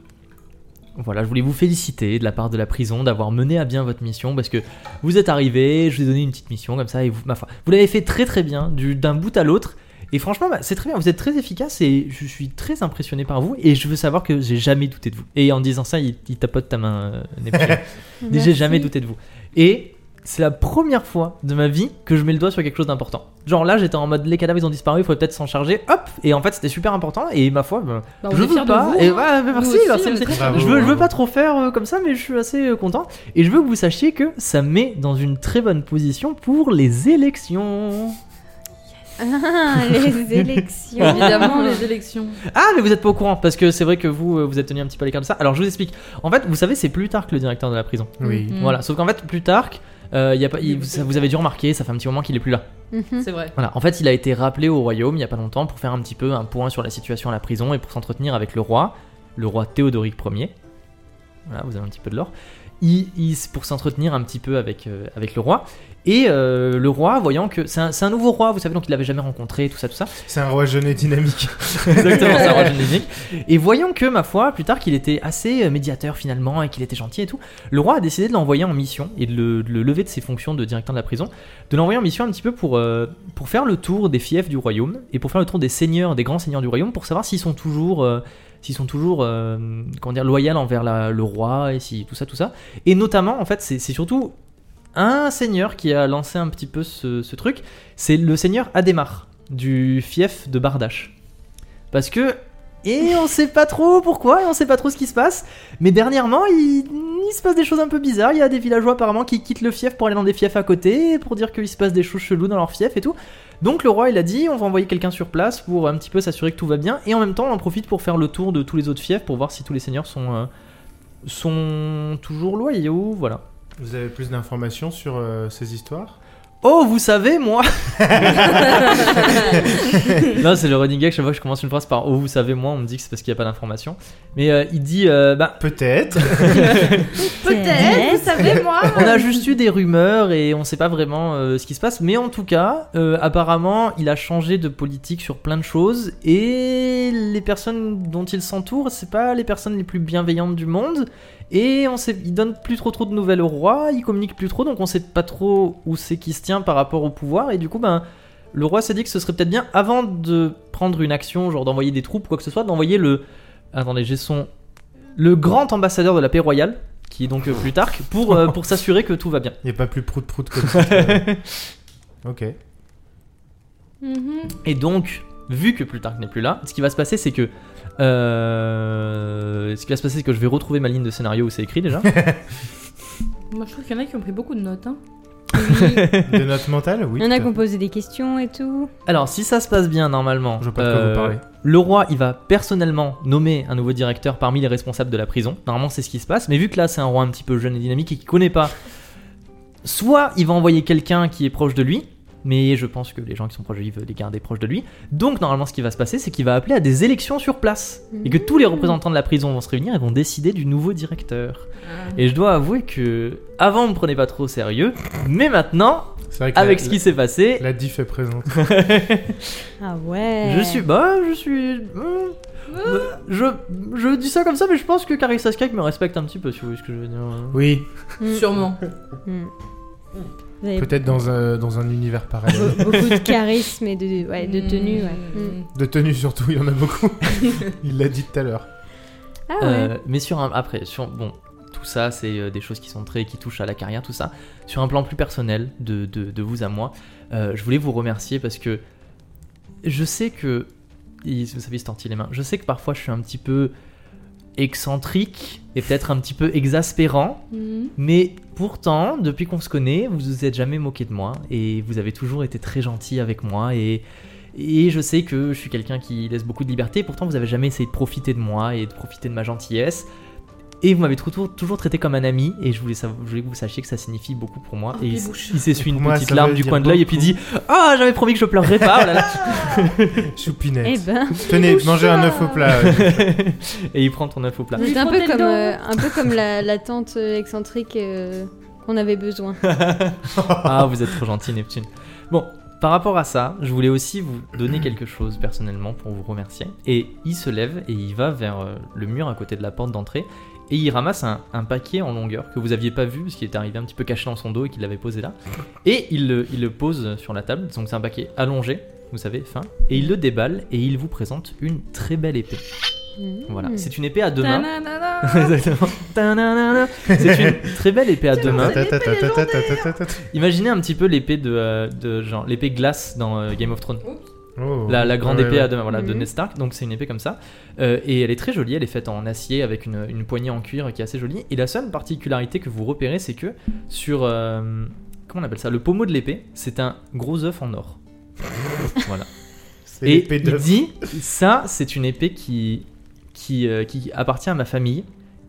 voilà je voulais vous féliciter de la part de la prison d'avoir mené à bien votre mission parce que vous êtes arrivé, je vous ai donné une petite mission comme ça et vous ma foi vous l'avez fait très très bien du- d'un bout à l'autre. Et franchement, bah, c'est très bien, vous êtes très efficace et je suis très impressionné par vous. Et je veux savoir que j'ai jamais douté de vous. Et en disant ça, il, il tapote ta main, euh, Neptune. Mais J'ai Merci. jamais douté de vous. Et c'est la première fois de ma vie que je mets le doigt sur quelque chose d'important. Genre là, j'étais en mode les cadavres ils ont disparu, il faut peut-être s'en charger. Hop Et en fait, c'était super important. Et ma foi, ben, Bah, on je est veux fiers de pas. vous, et hein. ouais, bah, merci, Nous aussi, merci, on est merci. très Bravo. Je veux, je veux pas trop faire euh, comme ça, mais je suis assez euh, content. Et je veux que vous sachiez que ça met dans une très bonne position pour les élections. Ah, les élections. Évidemment, les élections. Ah, mais vous êtes pas au courant parce que c'est vrai que vous euh, vous êtes tenu un petit peu à l'écart de ça. Alors je vous explique. En fait, vous savez, c'est Plutarque le directeur de la prison. Oui. Mm-hmm. Mm. Voilà, sauf qu'en fait, Plutarque, euh, y a pas, il- ça, vous avez dû remarquer, ça fait un petit moment qu'il est plus là. Mhm. C'est vrai. Voilà, en fait, il a été rappelé au royaume il y a pas longtemps pour faire un petit peu un point sur la situation à la prison et pour s'entretenir avec le roi, le roi Théodoric Ier. Voilà, vous avez un petit peu de l'or. Il, il- pour s'entretenir un petit peu avec, euh, avec le roi. Et euh, le roi, voyant que. C'est un, c'est un nouveau roi, vous savez, donc il l'avait jamais rencontré, tout ça, tout ça. C'est un roi jeune et dynamique. Exactement, c'est un roi génétique. Et voyant que, ma foi, plus tard qu'il était assez euh, médiateur finalement et qu'il était gentil et tout, le roi a décidé de l'envoyer en mission et de le, de le lever de ses fonctions de directeur de la prison, de l'envoyer en mission un petit peu pour, euh, pour faire le tour des fiefs du royaume et pour faire le tour des seigneurs, des grands seigneurs du royaume pour savoir s'ils sont toujours. euh, s'ils sont toujours euh, comment dire loyaux envers la- le roi et si tout ça tout ça et notamment en fait c'est c'est surtout un seigneur qui a lancé un petit peu ce, ce truc c'est le seigneur Adhémar du fief de Bardache parce que Et on sait pas trop pourquoi, et on sait pas trop ce qui se passe. Mais dernièrement, il, il se passe des choses un peu bizarres. Il y a des villageois apparemment qui quittent le fief pour aller dans des fiefs à côté, pour dire qu'il se passe des choses cheloues dans leur fief et tout. Donc le roi, il a dit, on va envoyer quelqu'un sur place pour un petit peu s'assurer que tout va bien. Et en même temps, on en profite pour faire le tour de tous les autres fiefs pour voir si tous les seigneurs sont, euh, sont toujours loyaux. Voilà. Vous avez plus d'informations sur euh, ces histoires Oh, vous savez, moi Non, c'est le running gag, chaque fois que je commence une phrase par Oh, vous savez, moi, on me dit que c'est parce qu'il n'y a pas d'information. Mais euh, il dit euh, Bah, Peut-être. Peut-être, vous savez, moi on a juste eu des rumeurs et on sait pas vraiment euh, ce qui se passe. Mais en tout cas, euh, apparemment, il a changé de politique sur plein de choses et les personnes dont il s'entoure, c'est pas les personnes les plus bienveillantes du monde. Et on sait, il donne plus trop trop de nouvelles au roi, il communique plus trop, donc on sait pas trop où c'est qui se tient par rapport au pouvoir. Et du coup, ben, le roi s'est dit que ce serait peut-être bien avant de prendre une action, genre d'envoyer des troupes ou quoi que ce soit, d'envoyer le. Attendez, j'ai son. Le grand ambassadeur de la paix royale, qui est donc euh, Plutarque, pour, euh, pour s'assurer que tout va bien. Il n'y a pas plus prout-prout que ça. euh, ok. Et donc, vu que Plutarque n'est plus là, ce qui va se passer, c'est que. euh, ce qui va se passer, c'est que je vais retrouver ma ligne de scénario où c'est écrit déjà. Moi, je trouve qu'il y en a qui ont pris beaucoup de notes. Hein. De notes mentales, oui. Il y en a tout qui à ont posé des questions et tout. Alors, si ça se passe bien normalement, Je vois pas de Euh, quoi vous parlez. le roi il va personnellement nommer un nouveau directeur parmi les responsables de la prison. Normalement, c'est ce qui se passe, mais vu que là c'est un roi un petit peu jeune et dynamique et qui connaît pas, soit il va envoyer quelqu'un qui est proche de lui, mais je pense que les gens qui sont proches de lui veulent les garder proches de lui. Donc, normalement, ce qui va se passer, c'est qu'il va appeler à des élections sur place et que tous les représentants de la prison vont se réunir et vont décider du nouveau directeur. Et je dois avouer que avant, on me prenait pas trop au sérieux, mais maintenant, C'est vrai que avec la, ce qui s'est passé, la diff est présente. Ah ouais. Je suis. Bah, je suis. euh, euh, Je, je dis ça comme ça, mais je pense que Carrie Saskia me respecte un petit peu, si vous voyez ce que je veux dire. hein. Oui, Mm. Sûrement. Mm. Vous avez peut-être dans un, dans un univers pareil. be- beaucoup de charisme et de, ouais, de tenue, ouais. Euh, Mm. Mm. De tenue surtout, il y en a beaucoup. il l'a dit tout à l'heure. Ah ouais. Euh, mais sur un. Après, sur. Bon, tout ça, c'est euh, des choses qui sont très. qui touchent à la carrière, tout ça. Sur un plan plus personnel, de, de, de vous à moi, euh, je voulais vous remercier parce que. Je sais que. il- Vous savez, il se tortille les mains. Je sais que parfois je suis un petit peu excentrique et peut-être un petit peu exaspérant. Mm. Mais pourtant, depuis qu'on se connaît, vous vous êtes jamais moqué de moi et vous avez toujours été très gentil avec moi et et je sais que je suis quelqu'un qui laisse beaucoup de liberté. Pourtant, vous avez jamais essayé de profiter de moi et de profiter de ma gentillesse. Et vous m'avez toujours, toujours traité comme un ami, et je voulais, sav- je voulais que vous sachiez que ça signifie beaucoup pour moi. Oh, et il, les s- bouches. il s'essuie Et une pour moi, petite ça larme veut du dire coin de l'œil et puis beaucoup. il dit Ah, j'avais promis que je pleurerais pas oh là là. Eh Choupinette. ben, Tenez, bouge mangez ça. un œuf au plat. euh, Et il prend ton œuf au plat. Oui. c'est un frottez peu le comme, dos. euh, un peu comme la, la tante excentrique euh, qu'on avait besoin. Ah, vous êtes trop gentil, Neptune. Bon, par rapport à ça, je voulais aussi vous donner quelque chose personnellement pour vous remercier. Et il se lève et il va vers euh, le mur à côté de la porte d'entrée et il ramasse un, un paquet en longueur que vous aviez pas vu parce qu'il était arrivé un petit peu caché dans son dos et qu'il l'avait posé là. Et il le, il le pose sur la table, donc c'est un paquet allongé, vous savez, fin. Et il le déballe et il vous présente une très belle épée. Voilà, Mm. c'est une épée à deux mains. Ta-na-na-na. Exactement. Ta-na-na-na. C'est une très belle épée à deux mains. tatatatatatatatata. Imaginez un petit peu l'épée de, euh, de genre l'épée glace dans euh, Game of Thrones. Oh, La, la grande ouais, épée ouais. à deux mains, voilà, de Mhm. Ned Stark. Donc c'est une épée comme ça. Euh, et elle est très jolie. Elle est faite en acier avec une, une poignée en cuir qui est assez jolie. Et la seule particularité que vous repérez, c'est que sur euh, comment on appelle ça, le pommeau de l'épée, c'est un gros œuf en or. voilà. C'est Et l'épée il d'œuf. dit ça, c'est une épée qui qui, euh, qui appartient à ma famille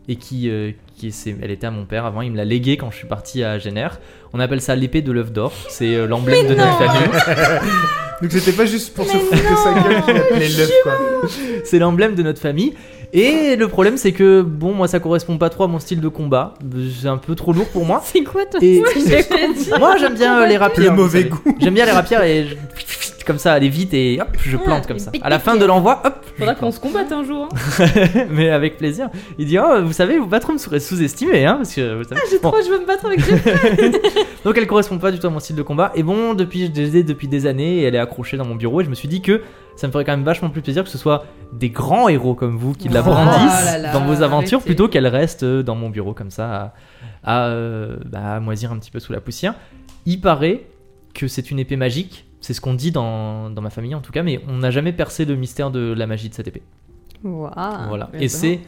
et qui euh, qui c'est- elle était à mon père avant. Il me l'a léguée quand je suis parti à Génère. On appelle ça l'épée de l'œuf d'or. C'est euh, l'emblème de notre famille. Donc c'était pas juste pour se Mais foutre de sa gueule qu'il appelait l'œuf, quoi. C'est l'emblème de notre famille. Et le problème, c'est que, bon, moi, ça correspond pas trop à mon style de combat. C'est un peu trop lourd pour moi. C'est quoi ton Et- style de combat Moi, j'aime bien euh, les rapières. Le vous mauvais savez. J'aime bien les rapières et je- comme ça, aller vite et hop, je plante comme ça. pic, À la pic, fin de pic. l'envoi, hop. je Ah, Faudra plante. qu'on se combatte un jour. hein. Mais avec plaisir. Il dit, oh, vous savez, vos patrons me seraient sous-estimés, hein, parce que vous savez. J'ai Bon, trop, Ah, je veux me battre avec Dieu. donc elle correspond pas du tout à mon style de combat. Et bon, depuis, je les ai depuis des années, et elle est accrochée dans mon bureau. Et je me suis dit que ça me ferait quand même vachement plus plaisir que ce soit des grands héros comme vous qui la Oh brandissent là là, dans vos aventures arrêtez. plutôt qu'elle reste euh, dans mon bureau comme ça à, à, euh, bah, à moisir un petit peu sous la poussière. Il paraît que c'est une épée magique. C'est ce qu'on dit dans, dans ma famille en tout cas, mais on n'a jamais percé le mystère de la magie de cette épée. Waouh. voilà. ouais, Et bah. c'est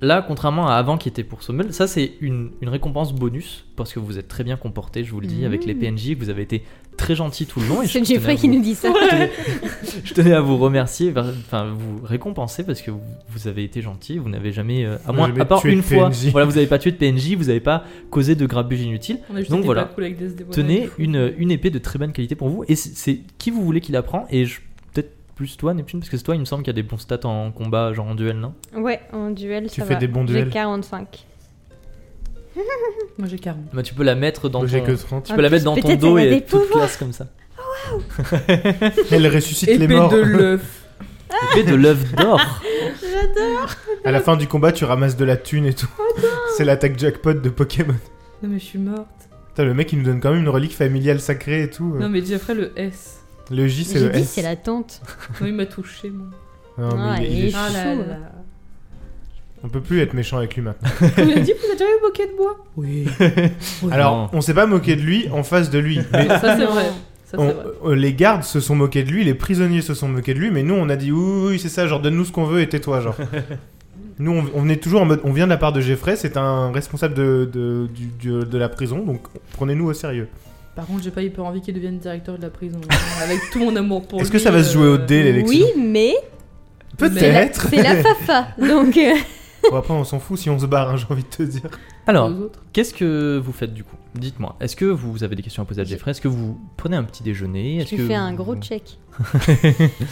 là, contrairement à avant qui était pour Sommel, ça c'est une, une récompense bonus parce que vous êtes très bien comporté, je vous le dis, avec les Mhm. PNJ, que vous avez été très gentil tout le long. et je C'est tenais à Geoffrey qui vous- nous dit ça. Je tenais à vous remercier, par- enfin vous récompenser parce que vous, vous avez été gentil, vous n'avez jamais, euh, à Vous moins, n'avez à part tué de une fois, PNJ. voilà, vous n'avez pas tué de PNJ, vous n'avez pas causé de grabuge inutile. On a juste Donc été voilà. pas cool avec des bah, déboîtes. Tenez une, une épée de très bonne qualité pour vous et c'est- c'est qui vous voulez qui la prend et je- peut-être plus toi Neptune parce que c'est toi il me semble qu'il y a des bons stats en combat genre en duel non Ouais, en duel, Tu ça fais va. des bons duels. J'ai 45. Moi j'ai 40. bah, tu peux la mettre dans Moi, J'ai ton- que 30. tu En peux la plus, mettre dans ton peut-être dos elle et a des être toute pouvoirs. classe comme ça Elle ressuscite Épée les morts. de l'œuf. épée de l'œuf d'or J'adore. À la fin du combat, tu ramasses de la thune et tout. C'est l'attaque jackpot de Pokémon. Non mais je suis morte. Putain, le mec, il nous donne quand même une relique familiale sacrée et tout. Non mais Jeffrey le S. Le J, c'est J'ai le dit, S. c'est la tante. Non il m'a touché moi. Non, mais Ah, il est- il et- est Ah chou. là chaud, là. On peut plus être méchant avec lui maintenant. On lui a dit vous avez déjà eu moqué de bois Oui. Oh, Alors, on s'est pas moqué de lui en face de lui. Mais Ça c'est Non. vrai. Ça on- c'est vrai. euh, les gardes se sont moqués de lui, les prisonniers se sont moqués de lui, mais nous, on a dit oui, oui, oui, c'est ça, genre donne-nous ce qu'on veut et tais-toi, genre. Nous, on, on venait toujours en mode, on vient de la part de Geoffrey, c'est un responsable de, de, du- du- de la prison, donc prenez-nous au sérieux. Par contre j'ai pas hyper envie qu'il devienne directeur de la prison. Avec tout mon amour pour lui. Est-ce que ça va se jouer au euh, dé, l'élection Oui, mais Peut-être c'est la fafa. Donc, euh, Bon, après, on s'en fout si on se barre, hein, j'ai envie de te dire. alors aux autres qu'est-ce que vous faites du coup dites-moi est-ce que vous avez des questions à poser à Jeffrey est-ce que vous prenez un petit déjeuner est-ce tu que fais un vous- gros check.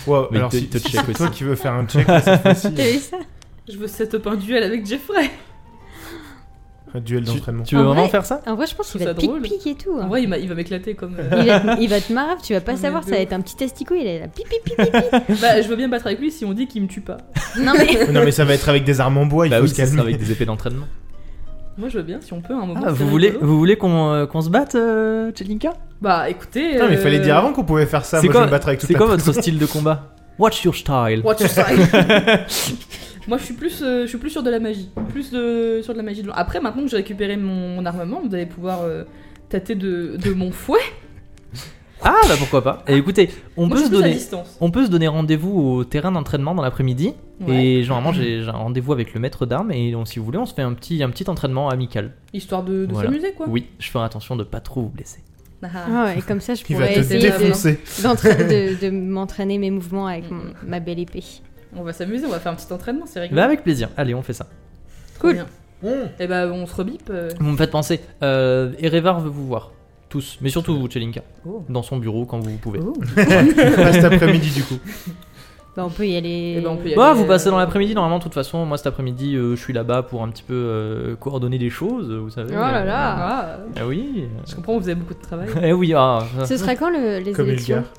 Wow, Mais alors, te- si, te si check c'est toi aussi. qui veux faire un check, cette fois-ci, T'as vu ça Je veux set-up un duel avec Jeffrey. un duel tu, d'entraînement. tu veux En vraiment vrai- faire ça En vrai, je pense qu'il Je va trouve te ça drôle. pique-pique et tout. hein. En vrai il m'a- il va m'éclater comme. euh, Il va, il va te marrer, tu vas pas Non, mais savoir, de ça va ouf. être un petit testicule, il a la pipi pipi. Bah, je veux bien battre avec lui si on dit qu'il me tue pas. Non mais Oh, non, mais ça va être avec des armes en bois, il bah faut oui se ça calmer. sera avec des épées d'entraînement Moi, je veux bien si on peut à un moment. Ah, c'est vous voulez rigolo. vous voulez qu'on euh, qu'on se batte euh, Tchelinka Bah, écoutez. Putain, mais il euh, fallait dire avant qu'on pouvait faire ça, C'est moi je quoi- vais me battre avec toute c'est la quoi votre style de combat Watch your style euh, What you say. Moi, je suis plus, euh, je suis plus sur de la magie, plus de, sur de la magie. De... Après, maintenant que j'ai récupéré mon, mon armement, vous allez pouvoir euh, tâter de, de mon fouet. Ah bah pourquoi pas. Et écoutez, on peut Moi, se je suis plus à donner distance. on peut se donner rendez-vous au terrain d'entraînement dans l'après-midi Ouais. et généralement j'ai j'ai un rendez-vous avec le maître d'armes et on- si vous voulez on se fait un petit un petit entraînement amical. Histoire de, de Voilà. s'amuser, quoi. Oui, je ferai attention de pas trop vous blesser. Ah, Ah ouais, comme ça, je Il va pourrais te essayer hein. de, défoncer. d'entra- de- de m'entraîner mes mouvements avec mon- Mm. ma belle épée. On va s'amuser, on va faire un petit entraînement, c'est Mm. rigolo. Bah avec plaisir. Allez, on fait ça. Trop cool. bien. Et bah, on se rebipe. euh. Vous me faites penser euh, Erevar veut vous voir tous, mais surtout vous Chelinka Oh. dans son bureau quand vous pouvez. Oh, Pas cet après-midi, du coup. Bah on peut y aller. Eh ben, on peut y aller. Bah, vous passez dans l'après-midi, normalement, de toute façon, moi cet après-midi, euh, je suis là-bas pour un petit peu euh, coordonner les choses, vous savez. Oh là euh, là. Ah, Ah oui. je comprends, vous avez beaucoup de travail. Eh oui, ah, ça- Ce sera quand le- les Comme élections Elgar.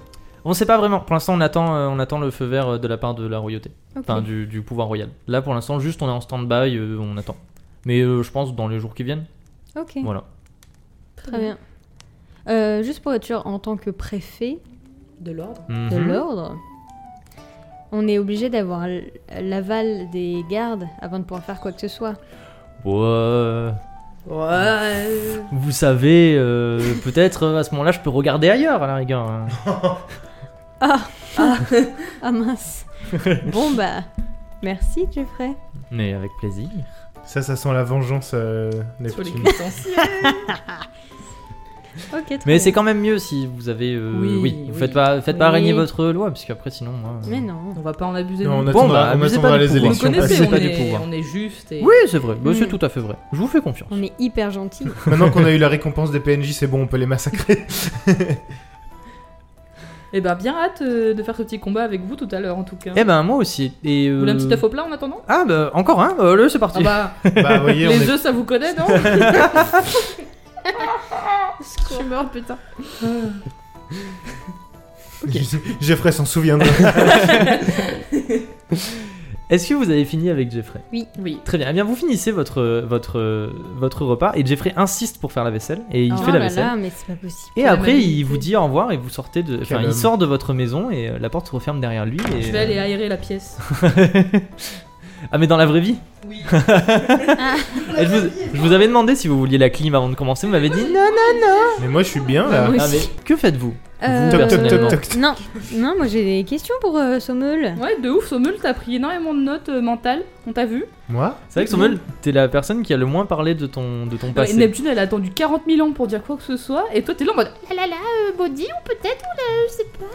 On sait pas vraiment. Pour l'instant, on attend, euh, on attend le feu vert euh, de la part de la royauté, Ok. enfin du, du pouvoir royal. Là, pour l'instant, juste on est en stand-by, euh, on attend. Mais euh, je pense dans les jours qui viennent. Ok, Voilà. très bien. Euh, juste pour être sûr, en tant que préfet De l'ordre. de Mhm. l'ordre, on est obligé d'avoir l- l'aval des gardes avant de pouvoir faire quoi que ce soit. Ouais. Ouais. Vous savez, euh, peut-être euh, à ce moment-là, je peux regarder ailleurs à la rigueur. hein. Ah mince. bon bah, merci Geoffrey. Mais avec plaisir. Ça, ça sent la vengeance, euh, Sur les Neptune. ustensiles. Ok, très Mais bien. c'est quand même mieux si vous avez. euh, Oui, oui, Vous oui. faites pas, faites pas Oui. régner votre loi, parce qu'après, sinon. moi, euh, Mais non. On va pas en abuser. Non, non on plus. Bon, attendra, bah, on abusez attendez pas du les pouvoir. Vous élections. connaissez, passées, on, pas du est, pouvoir. on est juste et. Oui, c'est vrai. Bah, C'est Mm. tout à fait vrai. Je vous fais confiance. On est hyper gentil. Maintenant qu'on a eu la récompense des PNJ, c'est bon, on peut les massacrer. Eh ben, bien hâte euh, de faire ce petit combat avec vous tout à l'heure en tout cas. Eh ben, moi aussi. Et. Vous voulez un euh, petit œuf au plat en attendant Ah, bah, encore un. Euh, le, c'est Ah parti. bah, bah, vous voyez, on les est... œufs ça vous connaît, non Je suis mort, putain. Geoffrey s'en souviendra. Est-ce que vous avez fini avec Jeffrey Oui. Très bien. Eh bien, vous finissez votre, votre, votre repas et Jeffrey insiste pour faire la vaisselle et il Oh fait oh la là vaisselle. là, mais c'est pas possible. Et quelle après, amabilité. il vous dit au revoir et vous sortez de. Enfin, Quel il homme. sort de votre maison et euh, la porte se referme derrière lui. Et... euh, Je vais aller aérer la pièce. ah, mais dans la vraie vie Oui. Et je, vous, je vous avais demandé si vous vouliez la clim avant de commencer, vous m'avez dit non, non, Mais moi, je suis bien, là. Moi Bah non. Ah, aussi. mais que faites-vous Euh, Toc, toc, toc, personnellement. toc, toc. Non, non, moi j'ai des questions pour euh, Sommel. Ouais, de ouf, Sommel, t'as pris énormément de notes euh, mentales, on t'a vu. Moi C'est vrai que Sommel, t'es la personne qui a le moins parlé de ton, de ton Euh, passé. Neptune, elle a attendu 40 000 ans pour dire quoi que ce soit, et toi t'es là en mode la la la, euh, body ou peut-être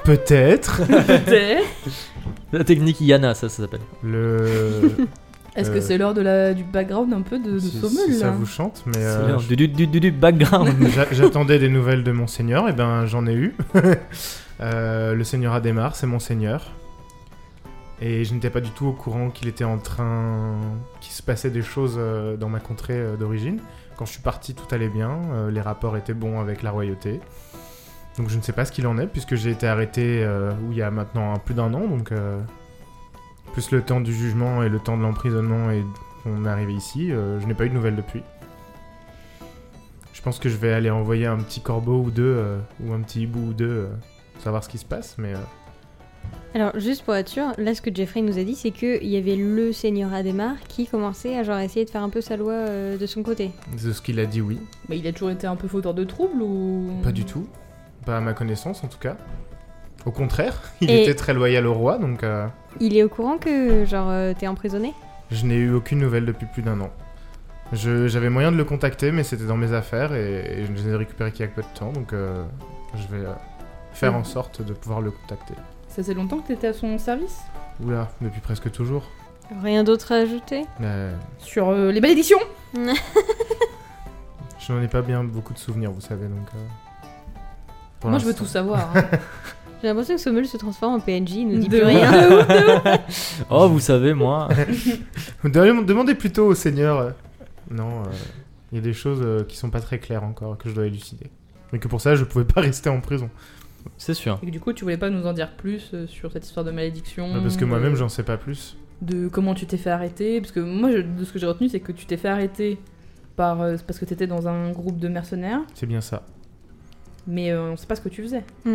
Peut-être. peut-être. La technique Yana, ça, ça s'appelle. Le. Est-ce que Euh. c'est l'heure de la du background un peu de, de si- si Sommel ça là vous chante, mais. C'est euh, l'heure du, du, du, du- du background. J'a- J'attendais des nouvelles de Monseigneur, et ben j'en ai eu. Euh, le Seigneur Adhémar, c'est Monseigneur. Et je n'étais pas du tout au courant qu'il était en train. qu'il se passait des choses euh, dans ma contrée euh, d'origine. Quand je suis parti, tout allait bien, euh, les rapports étaient bons avec la royauté. Donc je ne sais pas ce qu'il en est, puisque j'ai été arrêté euh, où il y a maintenant plus d'un an, donc. euh, plus le temps du jugement et le temps de l'emprisonnement et qu'on est arrivé ici, euh, je n'ai pas eu de nouvelles depuis. Je pense que je vais aller envoyer un petit corbeau ou deux, euh, ou un petit hibou ou deux, euh, pour savoir ce qui se passe, mais... euh, Alors, juste pour être sûr, là ce que Jeffrey nous a dit, c'est qu'il y avait le seigneur Adhémar qui commençait à genre essayer de faire un peu sa loi euh, de son côté. de ce qu'il a dit, oui. Mais il a toujours été un peu fauteur de troubles ou Pas du tout. Pas à ma connaissance, en tout cas. Au contraire, il Et- était très loyal au roi, donc euh, Il est au courant que genre euh, t'es emprisonné je n'ai eu aucune nouvelle depuis plus d'un an. Je- J'avais moyen de le contacter, mais c'était dans mes affaires, et, et je les ai récupérées qu'il y a peu de temps, donc euh, je vais euh, faire en sorte de pouvoir le contacter. Ça faisait longtemps que t'étais à son service Oula, depuis presque toujours. Rien d'autre à ajouter Mais Sur euh, les malédictions je n'en ai pas bien beaucoup de souvenirs, vous savez, donc... euh, pour Moi je veux l'instant. tout savoir. hein. J'ai l'impression que Sommel se transforme en PNJ, il nous dit De plus ouf. rien. De ouf, de ouf. oh, vous savez, moi. Demandez demandez plutôt au Seigneur. euh, Non, euh, il y a des choses euh, qui sont pas très claires encore que je dois élucider. Mais que pour ça, je pouvais pas rester en prison. C'est sûr. Et que du coup, tu voulais pas nous en dire plus euh, sur cette histoire de malédiction Bah, Parce que de- moi-même, j'en sais pas plus. De comment tu t'es fait arrêter Parce que moi, je- de ce que j'ai retenu, c'est que tu t'es fait arrêter par, euh, parce que t'étais dans un groupe de mercenaires, C'est bien ça. mais euh, on sait pas ce que tu faisais. Mm.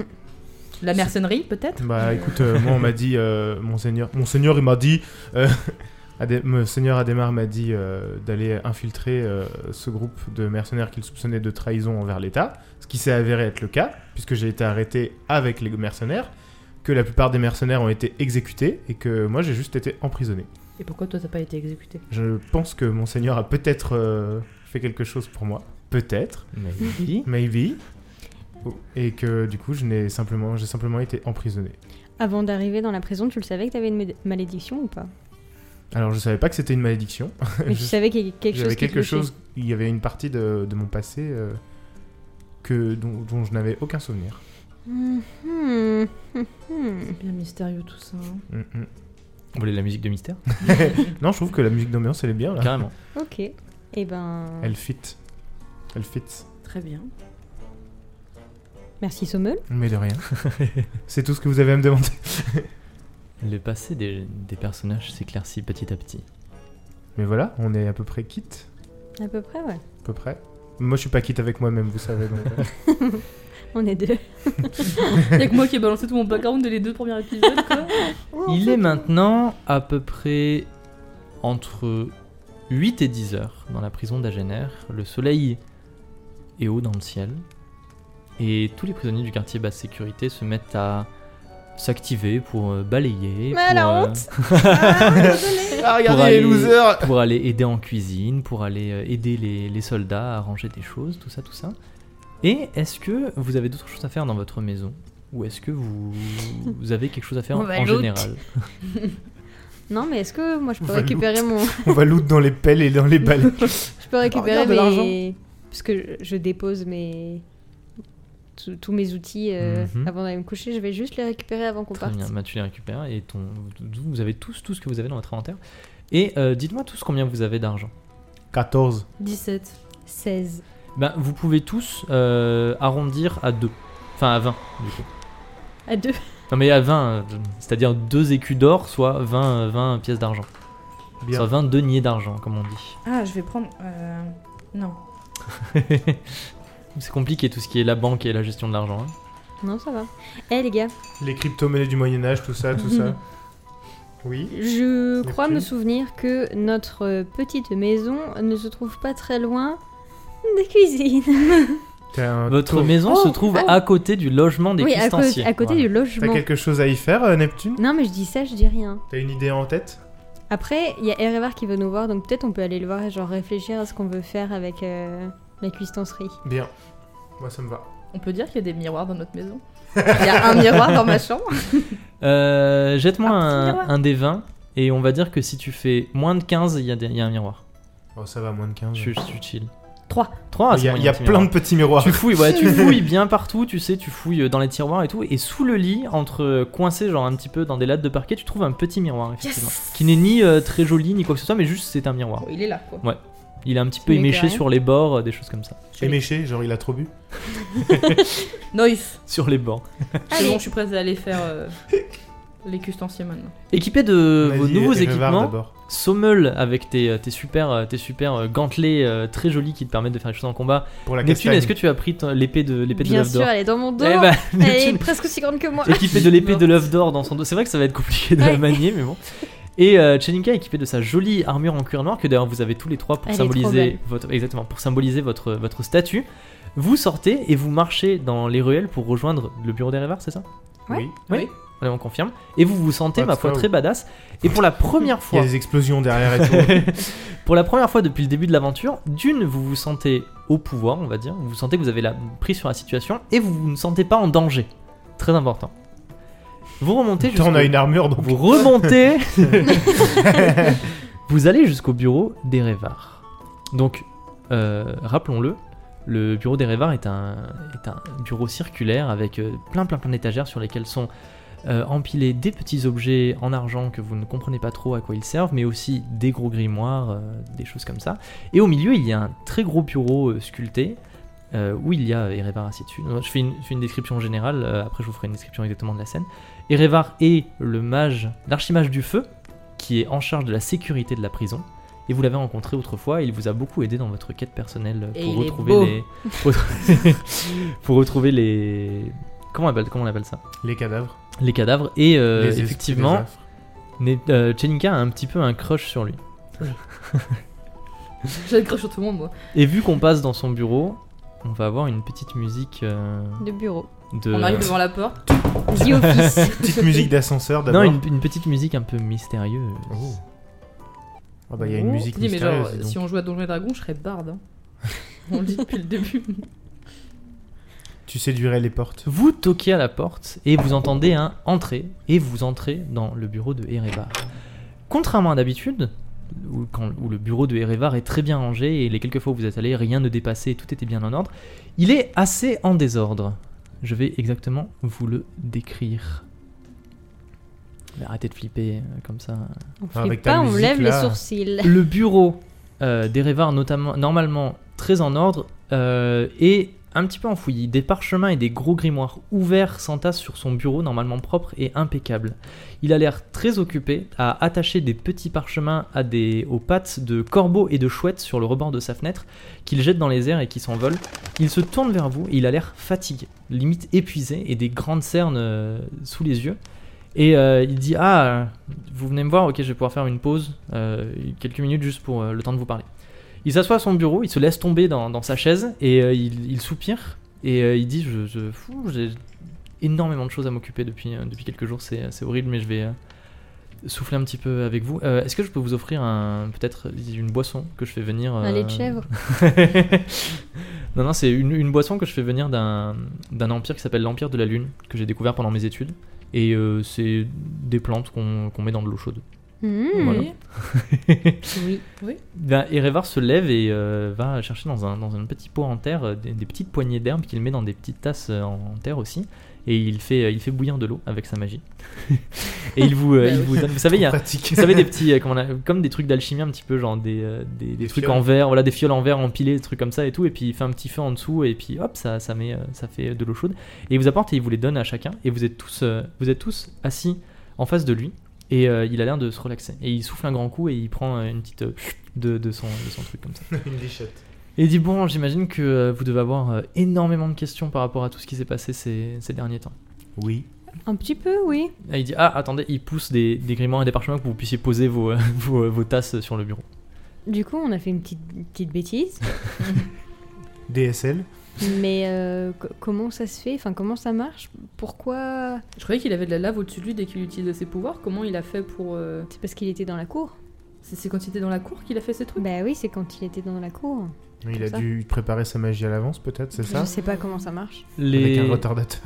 La mercenerie, peut-être Bah écoute, euh, moi on m'a dit, euh, mon seigneur, mon seigneur il m'a dit, euh, Adé- mon seigneur Adhémar m'a dit euh, d'aller infiltrer euh, ce groupe de mercenaires qu'il soupçonnait de trahison envers l'État, ce qui s'est avéré être le cas, puisque j'ai été arrêté avec les mercenaires, que la plupart des mercenaires ont été exécutés et que moi j'ai juste été emprisonné. Et pourquoi toi, t'as pas été exécuté Je pense que Monseigneur a peut-être euh, fait quelque chose pour moi. Peut-être. Mais Maybe. Oh, Et que du coup, je n'ai simplement, j'ai simplement été emprisonné. Avant d'arriver dans la prison, tu le savais que t'avais une mé- malédiction ou pas Alors, je savais pas que c'était une malédiction. Mais tu Je- savais qu'il y avait quelque chose qui J'avais te quelque touchait. chose. Il y avait une partie de, de mon passé euh, que, dont, dont je n'avais aucun souvenir. Mhm, mhm, mhm. Bien mystérieux tout ça. hein. Mm, mm. Vous voulez la musique de mystère Non, je trouve que la musique d'ambiance, elle est bien là. Carrément. Ok. Et ben. Elle fit. Elle fit. Très bien. Merci Sommel. Mais de rien. C'est tout ce que vous avez à me demander. Le passé des, des personnages s'éclaircit petit à petit. Mais voilà, on est à peu près quitte. À peu près, ouais. À peu près. Moi, je suis pas quitte avec moi-même, vous savez. donc, euh. On est deux. Y'a que moi qui ai balancé tout mon background dès les deux premiers épisodes, quoi. Oh, Il est maintenant à peu près entre 8 et 10 heures dans la prison d'Agener. Le soleil est haut dans le ciel. Et tous les prisonniers du quartier basse sécurité se mettent à s'activer pour euh, balayer. Mais pour, la euh, honte Ah, regardez Pour les aller- losers pour aller aider en cuisine, pour aller euh, aider les, les soldats à ranger des choses, tout ça, tout ça. Et est-ce que vous avez d'autres choses à faire dans votre maison Ou est-ce que vous, vous avez quelque chose à faire en, On va en l'autre. général Non, mais est-ce que moi je peux Valou. récupérer mon. On va loot dans les pelles et dans les balais. Je peux récupérer regarde, de mes. Parce que je- je dépose mes. tous tous mes outils euh, Mhm. avant d'aller me coucher. Je vais juste les récupérer avant qu'on Très parte. bien, bah, tu les récupères et ton, vous vous avez tous tout ce que vous avez dans votre inventaire. Et euh, dites-moi tous combien vous avez d'argent. 14. 17. 16. Ben, vous pouvez tous euh, arrondir à 2. Enfin à 20 du coup. À deux. Non mais à 20, euh, c'est-à-dire 2 écus d'or, soit 20, euh, 20 pièces d'argent. Bien. Soit 20 deniers d'argent comme on dit. Ah, je vais prendre. euh, Non. C'est compliqué tout ce qui est la banque et la gestion de l'argent. hein. Non, ça va. Eh les gars, Les crypto-monnaies du Moyen-Âge, tout ça, tout ça. Oui. je Les crois clés. me souvenir que notre petite maison ne se trouve pas très loin des cuisines. T'as un- Votre t'as- maison Oh, se trouve oh. à côté du logement des oui, à, co- Custanciers. à côté Voilà. du logement. T'as quelque chose à y faire, euh, Neptune Non, mais je dis ça, je dis rien. T'as une idée en tête Après, il y a Erevar qui veut nous voir, donc peut-être on peut aller le voir et genre réfléchir à ce qu'on veut faire avec euh, la cuistancerie. Bien. Moi, ça me va. On peut dire qu'il y a des miroirs dans notre maison. Il y a un miroir dans ma chambre. Euh, Jette-moi Un petit un, miroir. un des 20 et on va dire que si tu fais moins de 15, il y, a des- il y a un miroir. Oh, ça va, moins de 15. Je, suis- Ah, je suis chill. Trois. 3, il y a, il y a plein de petits miroirs. Tu fouilles, ouais, tu fouilles bien partout, tu sais, tu fouilles dans les tiroirs et tout, et sous le lit, entre euh, coincé genre un petit peu dans des lattes de parquet, tu trouves un petit miroir effectivement, Yes qui n'est ni euh, très joli ni quoi que ce soit, mais juste c'est un miroir. Bon, Oh, il est là, quoi. Il est un petit peu Mais éméché carré. sur les bords, euh, des choses comme ça. Éméché, genre il a trop bu. Noise. Sur les bords. C'est bon, je suis prête à aller faire euh, les custanciers maintenant. Équipé de Vas-y, Euh, vos nouveaux Erevard, équipements, d'abord. Sommel avec tes, tes super, euh, tes super euh, gantelets euh, très jolis qui te permettent de faire des choses en combat. Pour la Neptune, castagne. est-ce que tu as pris ton- l'épée de l'épée de Bien l'œuf sûr, d'or elle est dans mon dos. Eh ben, Elle est Neptune, presque aussi grande que moi. équipé de l'épée de l'œuf d'or dans son dos. C'est vrai que ça va être compliqué de la Ouais. manier, mais bon. Et euh, Chelinka équipée de sa jolie armure en cuir noir que d'ailleurs vous avez tous les trois pour Elle est trop symboliser belle. votre exactement pour symboliser votre votre statut. Vous sortez et vous marchez dans les ruelles pour rejoindre le bureau des rêveurs, c'est ça Ouais. Oui. Allez, on confirme. Et vous vous sentez, Ouais, ma c'est foi, ça, très badass. Et pour la première Il y fois, a des explosions derrière et tout. pour la première fois depuis le début de l'aventure, d'une, vous vous sentez au pouvoir, on va dire. Vous sentez que vous avez la prise sur la situation et vous ne sentez pas en danger. Très important. Vous remontez Putain, on a jusqu'au- une armure donc. Vous remontez. vous allez jusqu'au bureau des Révards. Donc, euh, rappelons-le, le bureau des Révards est un, est un bureau circulaire avec euh, plein plein plein d'étagères sur lesquelles sont euh, empilés des petits objets en argent que vous ne comprenez pas trop à quoi ils servent, mais aussi des gros grimoires, euh, des choses comme ça. Et au milieu, il y a un très gros bureau euh, sculpté. euh, où il y a Erevar assis dessus. Je fais une, je fais une description générale, euh, après je vous ferai une description exactement de la scène. Erevar est le mage, l'archimage du feu, qui est en charge de la sécurité de la prison. Et vous l'avez rencontré autrefois, il vous a beaucoup aidé dans votre quête personnelle euh, Et pour il est beau. retrouver les. pour retrouver les. Comment on appelle, comment on appelle ça Les cadavres. Les cadavres. Et euh, les esprits, les effectivement, affres. né- euh, Chelinka a un petit peu un crush sur lui. J'ai le crush sur tout le monde, moi. Et vu qu'on passe dans son bureau, on va avoir une petite musique euh, De bureau. de. On arrive devant la porte. The Office. Euh. Petite musique d'ascenseur non, d'abord. une, une petite musique un peu mystérieuse. Oh. Ah bah il y a une Oh. musique Je dis, mais genre, mystérieuse. dis donc. si on jouait à Donjons et Dragons, je serais barde. hein. On le dit depuis le début. Tu séduirais les portes. Vous toquez à la porte et vous entendez un entrer et vous entrez dans le bureau de Erevar. Contrairement à d'habitude, où, quand- où le bureau de Erevar est très bien rangé et les quelques fois où vous êtes allé, rien ne dépassait, tout était bien en ordre, il est assez en désordre. Je vais exactement vous le décrire. Mais Arrêtez de flipper euh, comme ça. On Ah, fait avec ta pas, on musique, lève là. les sourcils. Le bureau euh, d'Erevar, notamment, normalement très en ordre, euh, est un petit peu enfoui. Des parchemins et des gros grimoires ouverts s'entassent sur son bureau, normalement propre et impeccable. Il a l'air très occupé à attacher des petits parchemins à des, aux pattes de corbeaux et de chouettes sur le rebord de sa fenêtre, qu'il jette dans les airs et qui s'envolent. Il se tourne vers vous et il a l'air fatigué, limite épuisé, et des grandes cernes euh, sous les yeux. Et euh, il dit Ah, euh, vous venez me voir, ok, je vais pouvoir faire une pause, euh, quelques minutes juste pour euh, le temps de vous parler. Il s'assoit à son bureau, il se laisse tomber dans, dans sa chaise et euh, il, il soupire et euh, il dit Je, je- fou, j'ai énormément de choses à m'occuper depuis, euh, depuis quelques jours, c'est c'est horrible, mais je vais euh, souffler un petit peu avec vous. Euh, Est-ce que je peux vous offrir un- peut-être une boisson que je fais venir Un lait de euh, chèvre. non, non, c'est une, une boisson que je fais venir d'un d'un empire qui s'appelle l'Empire de la Lune, que j'ai découvert pendant mes études. Et euh, c'est des plantes qu'on qu'on met dans de l'eau chaude. Mmh. Voilà. Oui. Oui. Ben, Erevar se lève et euh, va chercher dans un, dans un petit pot en terre euh, des, des petites poignées d'herbe qu'il met dans des petites tasses euh, en, en terre aussi. Et il fait, euh, il fait bouillir de l'eau avec sa magie. et il vous, euh, Bah il oui. vous donne. Vous savez, il y a, Pratique. vous savez des petits euh, comment on a- comme des trucs d'alchimie un petit peu genre des, euh, des, des Des trucs fioles. en verre voilà des fioles en verre empilées des trucs comme ça et tout et puis il fait un petit feu en dessous et puis hop ça ça met euh, ça fait de l'eau chaude et il vous apporte et il vous les donne à chacun et vous êtes tous euh, vous êtes tous assis en face de lui et euh, il a l'air de se relaxer et il souffle un grand coup et il prend euh, une petite euh, de, de son de son truc comme ça Une lichette. et il dit bon j'imagine que euh, vous devez avoir euh, énormément de questions par rapport à tout ce qui s'est passé ces, ces derniers temps Oui. Un petit peu, oui. et il dit ah attendez il pousse des, des gréments et des parchemins pour que vous puissiez poser vos, euh, vos, euh, vos tasses sur le bureau Du coup, on a fait une petite, une petite bêtise. DSL. Mais euh, co- comment ça se fait Enfin, comment ça marche Pourquoi Je croyais qu'il avait de la lave au-dessus de lui dès qu'il utilisait ses pouvoirs. Comment il a fait pour. euh, C'est parce qu'il était dans la cour C'est c'est quand il était dans la cour qu'il a fait ces trucs Bah oui, c'est quand il était dans la cour. Il Comme a ça. dû préparer sa magie à l'avance, peut-être, c'est ça Je sais pas comment ça marche. Les... Avec un retardateur.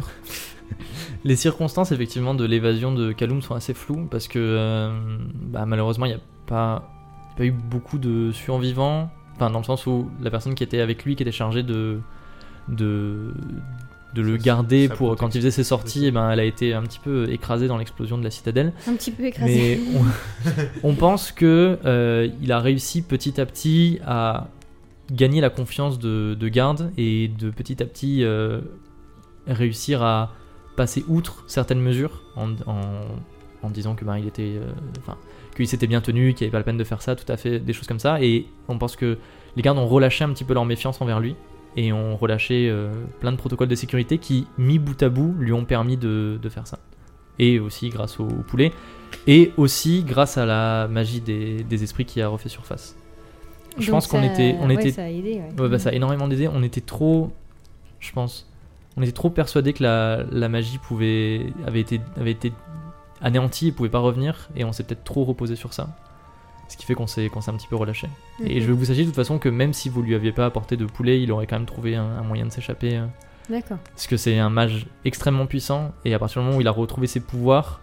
Les circonstances effectivement de l'évasion de Kaloum sont assez floues parce que euh, bah, malheureusement il n'y a pas, pas eu beaucoup de survivants. Enfin dans le sens où la personne qui était avec lui, qui était chargée de de, de le Ça, garder ça pour quand il protège. faisait ses sorties, et ben elle a été un petit peu écrasée dans l'explosion de la citadelle. Un petit peu écrasé. Mais on, on pense que euh, il a réussi petit à petit à gagner la confiance de, de garde et de petit à petit euh, réussir à passer outre certaines mesures en, en- en disant que ben, il était euh, enfin qu'il s'était bien tenu, qu'il n'y avait pas la peine de faire ça, tout à fait des choses comme ça et on pense que les gardes ont relâché un petit peu leur méfiance envers lui et ont relâché euh, plein de protocoles de sécurité qui mis bout à bout lui ont permis de, de faire ça et aussi grâce au, au poulet et aussi grâce à la magie des, des esprits qui a refait surface. Je Donc pense qu'on ça- était, on ouais, était Ça a aidé, ouais. Ouais, bah, ça a énormément d'idées. On était trop, je pense, on était trop persuadés que la, la magie pouvait, avait été, avait été anéantie et pouvait pas revenir, et on s'est peut-être trop reposé sur ça. Ce qui fait qu'on s'est, qu'on s'est un petit peu relâché. Et je vais vous sachiez de toute façon que même si vous lui aviez pas apporté de poulet, il aurait quand même trouvé un, un moyen de s'échapper. euh, D'accord. Parce que c'est un mage extrêmement puissant, et à partir du moment où il a retrouvé ses pouvoirs,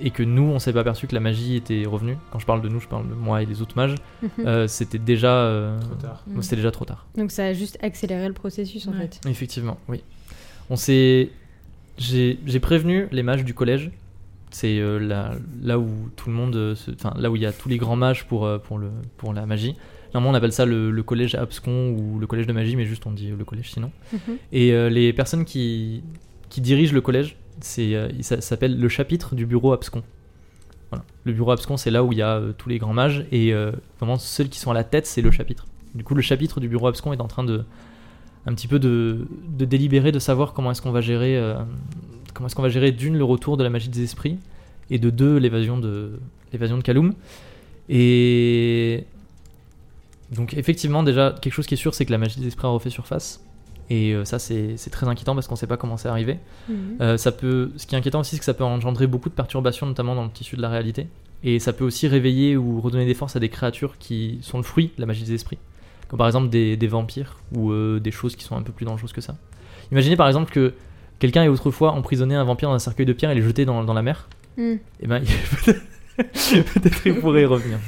et que nous, on s'est pas aperçu que la magie était revenue, quand je parle de nous, je parle de moi et les autres mages, Mhm. euh, c'était déjà. euh, tard. Mm. C'était déjà trop tard. Donc ça a juste accéléré le processus en Ouais. fait. Effectivement, oui. On s'est. J'ai j'ai prévenu les mages du collège. C'est euh, là, là où tout le monde. euh, se- Enfin, là où il y a tous les grands mages pour, euh, pour, le, pour la magie. Normalement, on appelle ça le, le collège abscon ou le collège de magie, mais juste on dit euh, le collège sinon. Mhm. Et euh, les personnes qui, qui dirigent le collège, c'est, euh, ça s'appelle le chapitre du bureau abscon. Voilà. Le bureau abscon, c'est là où il y a euh, tous les grands mages, et euh, vraiment ceux qui sont à la tête, c'est le chapitre. Du coup, le chapitre du bureau abscon est en train de un petit peu de, de délibérer, de savoir comment est-ce qu'on va gérer, euh, comment est-ce qu'on va gérer d'une le retour de la magie des esprits, et de deux l'évasion de l'évasion de Kaloum. Et donc effectivement, déjà quelque chose qui est sûr, c'est que la magie des esprits a refait surface. Et euh, ça, c'est c'est très inquiétant parce qu'on sait pas comment c'est arrivé. Mhm. Euh, ça peut, ce qui est inquiétant aussi, c'est que ça peut engendrer beaucoup de perturbations, notamment dans le tissu de la réalité. Et ça peut aussi réveiller ou redonner des forces à des créatures qui sont le fruit de la magie des esprits. Comme par exemple des, des vampires ou euh, des choses qui sont un peu plus dangereuses que ça. Imaginez par exemple que quelqu'un ait autrefois emprisonné un vampire dans un cercueil de pierre et les jeté dans, dans la mer. Mhm. Et ben, il- peut-être il pourrait y revenir.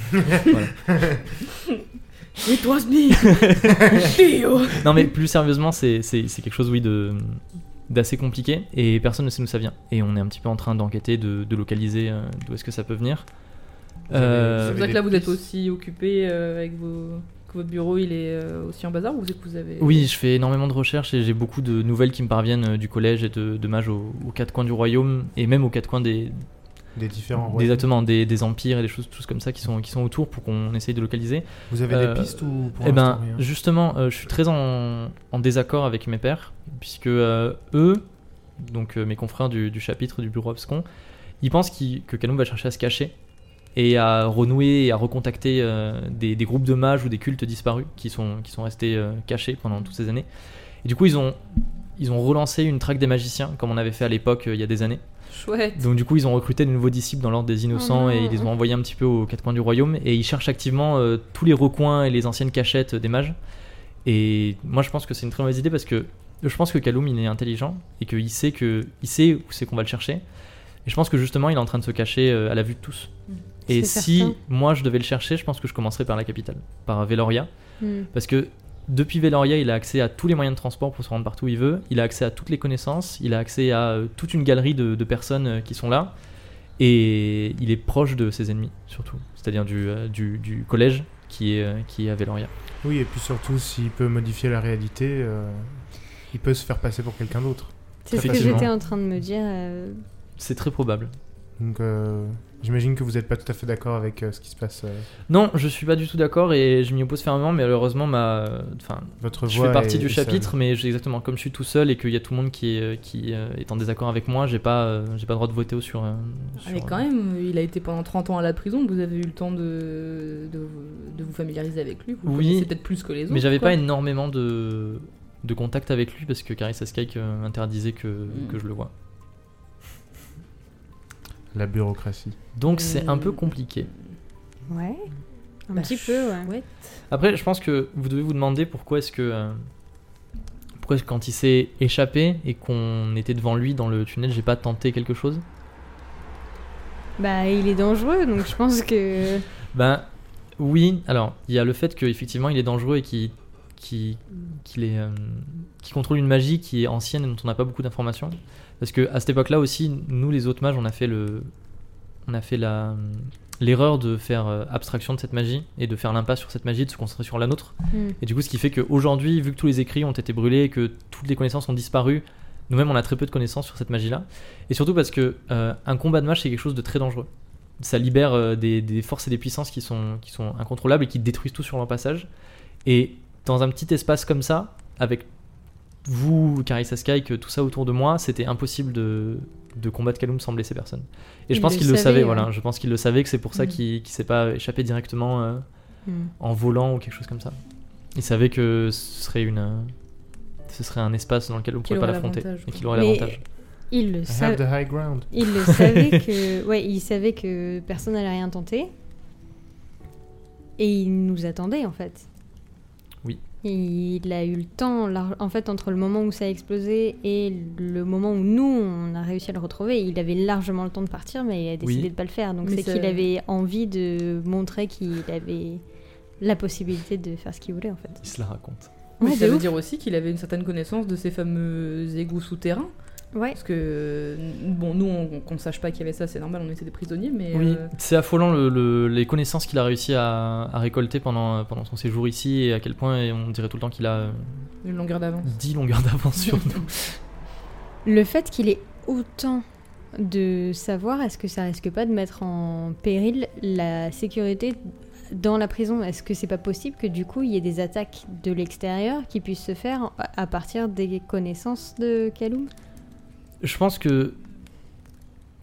It was me oh. Theo Non mais plus sérieusement, c'est c'est- c'est quelque chose, oui, de d'assez compliqué et personne ne sait d'où ça vient. Et on est un petit peu en train d'enquêter, de, de localiser euh, d'où est-ce que ça peut venir. Vous avez- Euh, C'est pour ça que des là, vous êtes pistes. aussi occupé euh, avec vos. que votre bureau, il est euh, aussi en bazar ou c'est que vous avez. Oui, je fais énormément de recherches et j'ai beaucoup de nouvelles qui me parviennent euh, du collège et de, de mages aux, aux quatre coins du royaume et même aux quatre coins des, Des différents des, royaumes. exactement, des, des empires et des choses, choses comme ça qui sont, qui sont autour pour qu'on essaye de localiser. Vous avez Euh, des pistes ou pour Eh ben, l'instant, rien justement, euh, je suis très en, en désaccord avec mes pères, puisque euh, eux, donc euh, mes confrères du, du chapitre du bureau abscon, ils pensent qu'ils- que Kanoum va chercher à se cacher et à renouer et à recontacter euh, des, des groupes de mages ou des cultes disparus qui sont, qui sont restés euh, cachés pendant toutes ces années. Et du coup, ils ont, ils ont relancé une traque des magiciens, comme on avait fait à l'époque, euh, il y a des années. Chouette Donc du coup, ils ont recruté de nouveaux disciples dans l'ordre des innocents Oh non. et ils les ont envoyés un petit peu aux quatre coins du royaume et ils cherchent activement euh, tous les recoins et les anciennes cachettes des mages. Et moi, je pense que c'est une très mauvaise idée parce que je pense que Kaloum il est intelligent et qu'il sait que il sait où c'est qu'on va le chercher. Et je pense que justement, il est en train de se cacher euh, à la vue de tous. Et Mm. C'est si certain. moi je devais le chercher, je pense que je commencerais par la capitale, par Veloria. Mhm. Parce que depuis Veloria, il a accès à tous les moyens de transport pour se rendre partout où il veut. Il a accès à toutes les connaissances. Il a accès à euh, toute une galerie de, de personnes euh, qui sont là. Et il est proche de ses ennemis, surtout. C'est-à-dire du, euh, du, du collège qui est, euh, qui est à Veloria. Oui, et puis surtout, s'il peut modifier la réalité, euh, il peut se faire passer pour quelqu'un d'autre. C'est ce que facilement. j'étais en train de me dire. euh, C'est très probable. Donc, euh, j'imagine que vous n'êtes pas tout à fait d'accord avec euh, ce qui se passe. euh, Non, je suis pas du tout d'accord et je m'y oppose fermement, mais malheureusement, ma... enfin, votre je voix fais partie est- du est seule. chapitre, mais j'ai exactement comme je suis tout seul et qu'il y a tout le monde qui est, euh, qui euh, est en désaccord avec moi, j'ai pas, euh, j'ai pas le droit de voter au sur. euh, Ah, sur, Mais quand même, il a été pendant 30 ans à la prison, vous avez eu le temps de, de, de vous familiariser avec lui, vous le Oui, connaissez peut-être plus que les autres. Mais j'avais quoi. pas énormément de, de contact avec lui parce que Carissa Skyke euh, interdisait que, Mm. que je le vois. La bureaucratie. Donc c'est un peu Mm. compliqué. Ouais. Un Bah, petit peu, ouais. Ouais. Après, je pense que vous devez vous demander pourquoi est-ce que. euh, pourquoi est-ce que quand il s'est échappé et qu'on était devant lui dans le tunnel, j'ai pas tenté quelque chose Bah, il est dangereux, donc je pense que. Ben oui, alors il y a le fait qu'effectivement il est dangereux et qu'il qu'il- qu'il est, euh, qu'il contrôle une magie qui est ancienne et dont on n'a pas beaucoup d'informations. Parce que à cette époque-là aussi, nous les autres mages, on a fait le, on a fait la euh, l'erreur de faire euh, abstraction de cette magie et de faire l'impasse sur cette magie, de se concentrer sur la nôtre. Hmm. Et du coup, ce qui fait qu'aujourd'hui, vu que tous les écrits ont été brûlés et que toutes les connaissances ont disparu, nous-mêmes on a très peu de connaissances sur cette magie-là. Et surtout parce que euh, un combat de mage c'est quelque chose de très dangereux. Ça libère euh, des, des forces et des puissances qui sont, qui sont incontrôlables et qui détruisent tout sur leur passage. Et dans un petit espace comme ça, avec vous, Carissa Sky, que tout ça autour de moi, c'était impossible de, de combattre Kaloum sans blesser personne. Et je Il pense le qu'il le savait, savait, voilà. ouais. Je pense qu'il le savait, que c'est pour ça Mm. qu'il qu'il s'est pas échappé directement. euh, Hmm. en volant ou quelque chose comme ça. Il savait que ce serait une, euh, ce serait un espace dans lequel on ne Qu'il pourrait pas aurait l'affronter l'avantage, et quoi. qu'il aurait Mais l'avantage. il le I have savait. the high ground. Il le savait que, ouais, il savait que personne n'allait rien tenter. Et il nous attendait en fait. Oui. Il a eu le temps, lar- en fait, entre le moment où ça a explosé et le moment où nous on a réussi à le retrouver, il avait largement le temps de partir, mais il a décidé Oui. de pas le faire. Donc Mais c'est ça- qu'il avait envie de montrer qu'il avait la possibilité de faire ce qu'il voulait en fait. Il se la raconte. Mais Ouais, ça de veut ouf. dire aussi qu'il avait une certaine connaissance de ces fameux égouts souterrains. Ouais. Parce que, euh, bon, nous, on- qu'on ne sache pas qu'il y avait ça, c'est normal, on était des prisonniers, mais. Oui, euh, c'est affolant le- le- les connaissances qu'il a réussi à, à récolter pendant, euh, pendant son séjour ici et à quel point et on dirait tout le temps qu'il a euh, une longueur d'avance. 10 longueurs d'avance sur nous. Le fait qu'il ait autant de savoir, est-ce que ça risque pas de mettre en péril la sécurité dans la prison Est-ce que c'est pas possible que du coup il y ait des attaques de l'extérieur qui puissent se faire à à partir des connaissances de Kaloum Je pense que.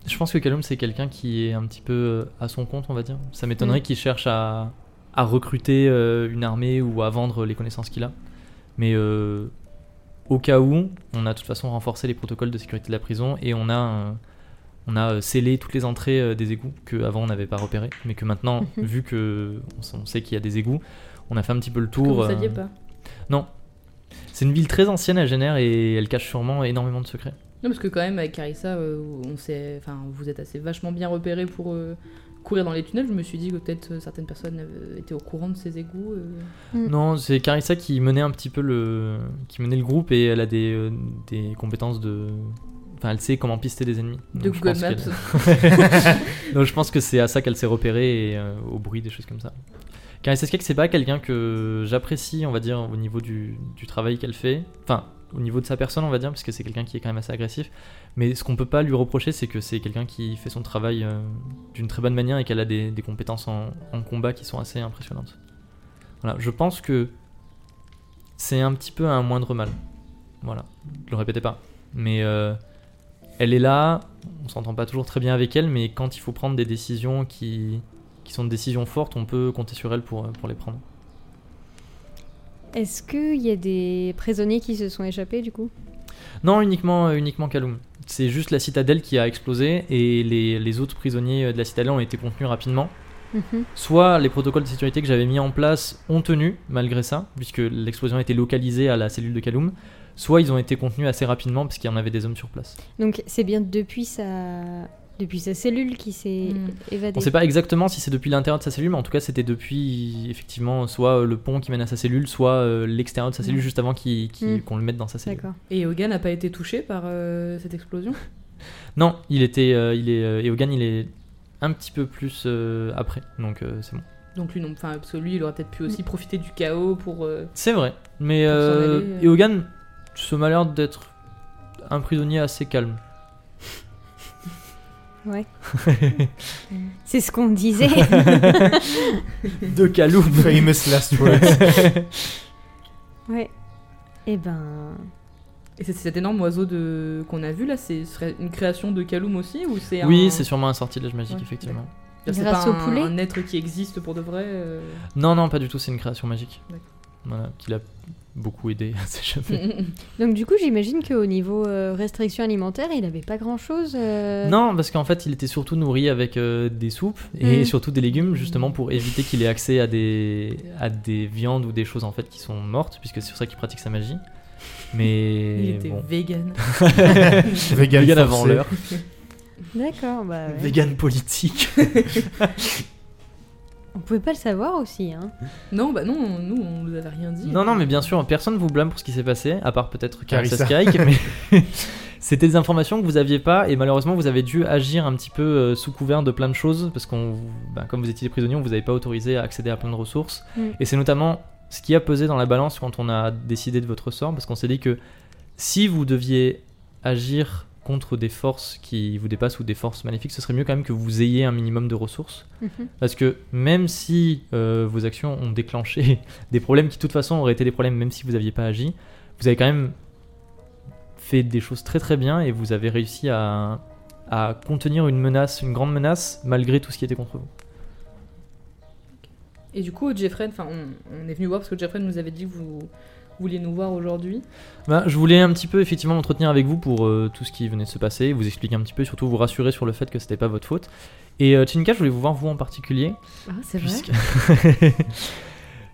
Je pense que Calum, c'est quelqu'un qui est un petit peu euh, à son compte, on va dire. Ça m'étonnerait Mm. qu'il cherche à, à recruter euh, une armée ou à vendre les connaissances qu'il a. Mais euh, au cas où, on a de toute façon renforcé les protocoles de sécurité de la prison et on a, euh, on a euh, scellé toutes les entrées euh, des égouts qu'avant on n'avait pas repéré. Mais que maintenant, Mhm. vu que on s- on sait qu'il y a des égouts, on a fait un petit peu le Que tour. vous saviez euh, pas. C'est une ville très ancienne à Génère et elle cache sûrement énormément de secrets. Non, parce que quand même, avec Carissa, euh, on s'est- enfin, vous êtes assez vachement bien repérés pour euh, courir dans les tunnels. Je me suis dit que peut-être euh, certaines personnes euh, étaient au courant de ces égouts. euh. Non, c'est Carissa qui menait un petit peu le, qui menait le groupe et elle a des, euh, des compétences de, enfin elle sait comment pister des ennemis. de je Google pense Maps. qu'elle- Donc je pense que c'est à ça qu'elle s'est repérée et euh, au bruit des choses comme ça. Carissa Skek c'est pas quelqu'un que j'apprécie, on va dire, au niveau du, du travail qu'elle fait, enfin au niveau de sa personne, on va dire, parce que c'est quelqu'un qui est quand même assez agressif. Mais ce qu'on peut pas lui reprocher, c'est que c'est quelqu'un qui fait son travail euh, d'une très bonne manière et qu'elle a des, des compétences en, en combat qui sont assez impressionnantes. Voilà, je pense que c'est un petit peu un moindre mal. Voilà, je le répétais pas. Mais euh, elle est là, on s'entend pas toujours très bien avec elle, mais quand il faut prendre des décisions qui, qui sont des décisions fortes, on peut compter sur elle pour, euh, pour les prendre. Est-ce qu'il y a des prisonniers qui se sont échappés du coup Non, uniquement, euh, uniquement Kaloum. C'est juste la citadelle qui a explosé et les, les autres prisonniers euh, de la citadelle ont été contenus rapidement. Mhm. Soit les protocoles de sécurité que j'avais mis en place ont tenu, malgré ça, puisque l'explosion était localisée à la cellule de Kaloum, soit ils ont été contenus assez rapidement parce qu'il y en avait des hommes sur place. Donc c'est bien depuis sa, depuis sa cellule qui s'est Mm. évadée. On sait pas exactement si c'est depuis l'intérieur de sa cellule, mais en tout cas c'était depuis effectivement soit euh, le pont qui mène à sa cellule, soit euh, l'extérieur de sa cellule Mm. juste avant qu'il- qu'il- Mm. qu'on le mette dans sa cellule. D'accord. Et Hogan n'a pas été touché par euh, cette explosion. Non, il était, euh, il est, euh, Eogan il est un petit peu plus euh, après, donc euh, c'est bon. Donc lui, non, enfin, parce que lui, il aurait peut-être pu Mm. aussi profiter du chaos pour. euh, C'est vrai, mais Pour s'en euh, aller, euh. Eogan se m'a l'air d'être un prisonnier assez calme. C'est ce qu'on disait. Mm. De Kaloum. Famous last words. ouais. Eh ben, Et c'est cet énorme oiseau de... qu'on a vu là, c'est ce serait une création de Kaloum aussi ou c'est un- Oui, c'est sûrement un sortilège magique Ouais, effectivement. C'est Grâce pas au un- poulet un être qui existe pour de vrai. euh, Non, non, pas du tout, c'est une création magique. D'accord. Voilà, qui l'a beaucoup aidé à s'échapper. Donc du coup, j'imagine qu'au niveau euh, restriction alimentaire, il n'avait pas grand-chose. euh, Non, parce qu'en fait, il était surtout nourri avec euh, des soupes et Mm. surtout des légumes, justement pour éviter qu'il ait accès à des, à des viandes ou des choses en fait qui sont mortes, puisque c'est sur ça qu'il pratique sa magie. Mais Il était bon. vegan. Vegan, Vegan avant forcé. l'heure. D'accord, bah ouais. Vegan politique. On pouvait pas le savoir aussi, hein. Non, bah non, nous on nous avait rien dit. non, non, mais bien sûr, personne ne vous blâme pour ce qui s'est passé, à part peut-être Carissa Carissa. Skyke, mais c'était des informations que vous aviez pas et malheureusement vous avez dû agir un petit peu euh, sous couvert de plein de choses parce qu'on, ben, comme vous étiez prisonnier, on vous avait pas autorisé à accéder à plein de ressources Mm. et c'est notamment ce qui a pesé dans la balance quand on a décidé de votre sort parce qu'on s'est dit que si vous deviez agir contre des forces qui vous dépassent ou des forces maléfiques, ce serait mieux quand même que vous ayez un minimum de ressources. Mhm. Parce que même si euh, vos actions ont déclenché des problèmes qui de toute façon auraient été des problèmes même si vous n'aviez pas agi, vous avez quand même fait des choses très très bien et vous avez réussi à, à contenir une menace, une grande menace, malgré tout ce qui était contre vous. Et du coup, Jeffrey, enfin, on, on est venu voir parce que Jeffrey nous avait dit que vous vouliez nous voir aujourd'hui. Bah, je voulais un petit peu effectivement m'entretenir avec vous pour euh, tout ce qui venait de se passer, vous expliquer un petit peu, et surtout vous rassurer sur le fait que c'était pas votre faute. Et euh, Chinka, je voulais vous voir vous en particulier, Ah, c'est puisque...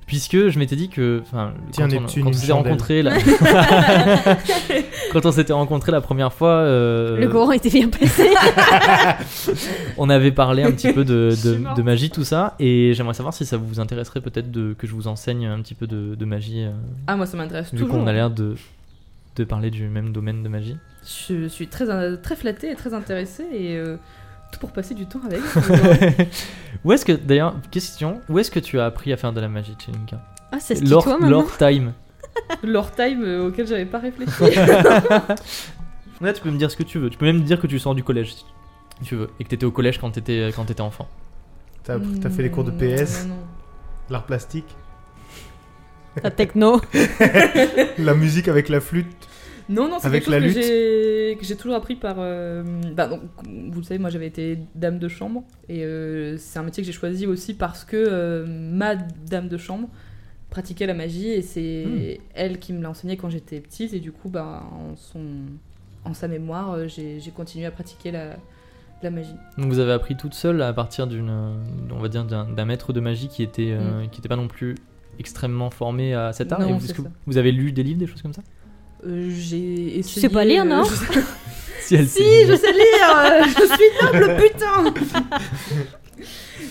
puisque je m'étais dit que, enfin, Tiens, quand on, Neptune, quand on une s'était chandelle. rencontrés, la... quand on s'était rencontrés la première fois, euh, Le courant était bien passé. on avait parlé un petit peu de, Je de- suis morte. de magie, tout ça, et j'aimerais savoir si ça vous intéresserait peut-être de- que je vous enseigne un petit peu de, de magie, euh, Ah, moi ça m'intéresse vu toujours. qu'on a l'air de, de parler du même domaine de magie. Je suis très, euh, très flattée et très intéressée et euh, tout pour passer du temps avec. où est-ce que, d'ailleurs, question, où est-ce que tu as appris à faire de la magie, Chelinka Ah, ça se tutoie Lore maintenant. Lore Time. Leur time euh, auquel j'avais pas réfléchi. Là, tu peux me dire ce que tu veux. Tu peux même me dire que tu sors du collège, si tu veux, et que t'étais au collège quand t'étais euh, quand t'étais enfant. T'as t'as fait les cours de Mm, Non, PS, non, non. l'art plastique, La techno. la musique avec la flûte. Non, non, c'est Avec quelque chose la que lutte. j'ai- que j'ai toujours appris par... euh, bah, donc, vous le savez, moi j'avais été dame de chambre, et euh, c'est un métier que j'ai choisi aussi parce que euh, ma dame de chambre pratiquait la magie, et c'est Hmm. elle qui me l'a enseigné quand j'étais petite, et du coup, bah, en, son, en sa mémoire, euh, j'ai j'ai continué à pratiquer la, la magie. Donc vous avez appris toute seule à partir d'une, euh, on va dire d'un d'un maître de magie qui était, euh, qui était pas non plus extrêmement formé à cet art. Mm. Non, Et vous, c'est est-ce que ça. vous avez lu des livres, des choses comme ça Euh, j'ai essayé... sais euh, pas lire, non je sais- Si, elle Si, sait. je sais lire euh, Je suis noble, putain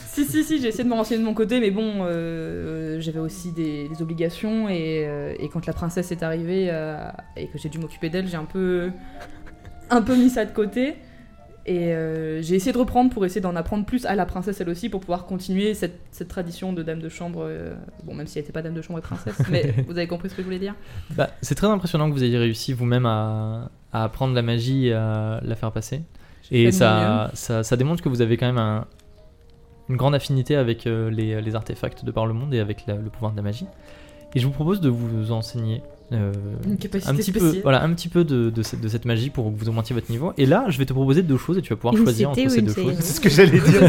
Si, si, si, j'ai essayé de me renseigner de mon côté, mais bon, euh, euh, j'avais aussi des, des obligations, et, euh, et quand la princesse est arrivée euh, et que j'ai dû m'occuper d'elle, j'ai un peu, un peu mis ça de côté. Et euh, j'ai essayé de reprendre pour essayer d'en apprendre plus à la princesse elle aussi, pour pouvoir continuer cette, cette tradition de dame de chambre. euh, bon, même si elle n'était pas dame de chambre et princesse, mais vous avez compris ce que je voulais dire. Bah, c'est très impressionnant que vous ayez réussi vous-même à, à apprendre la magie et à la faire passer. J'ai fait Et de mon mieux. ça, ça, ça démontre que vous avez quand même un- une grande affinité avec euh, les, les artefacts de par le monde et avec la- le pouvoir de la magie. Et je vous propose de vous enseigner euh, Une capacité un, petit peu, spéciale. voilà, un petit peu de, de cette, de cette magie pour que vous augmentiez votre niveau. Et là, je vais te proposer deux choses et tu vas pouvoir Une choisir cité entre ou ces une deux série. choses. C'est ce que j'allais dire.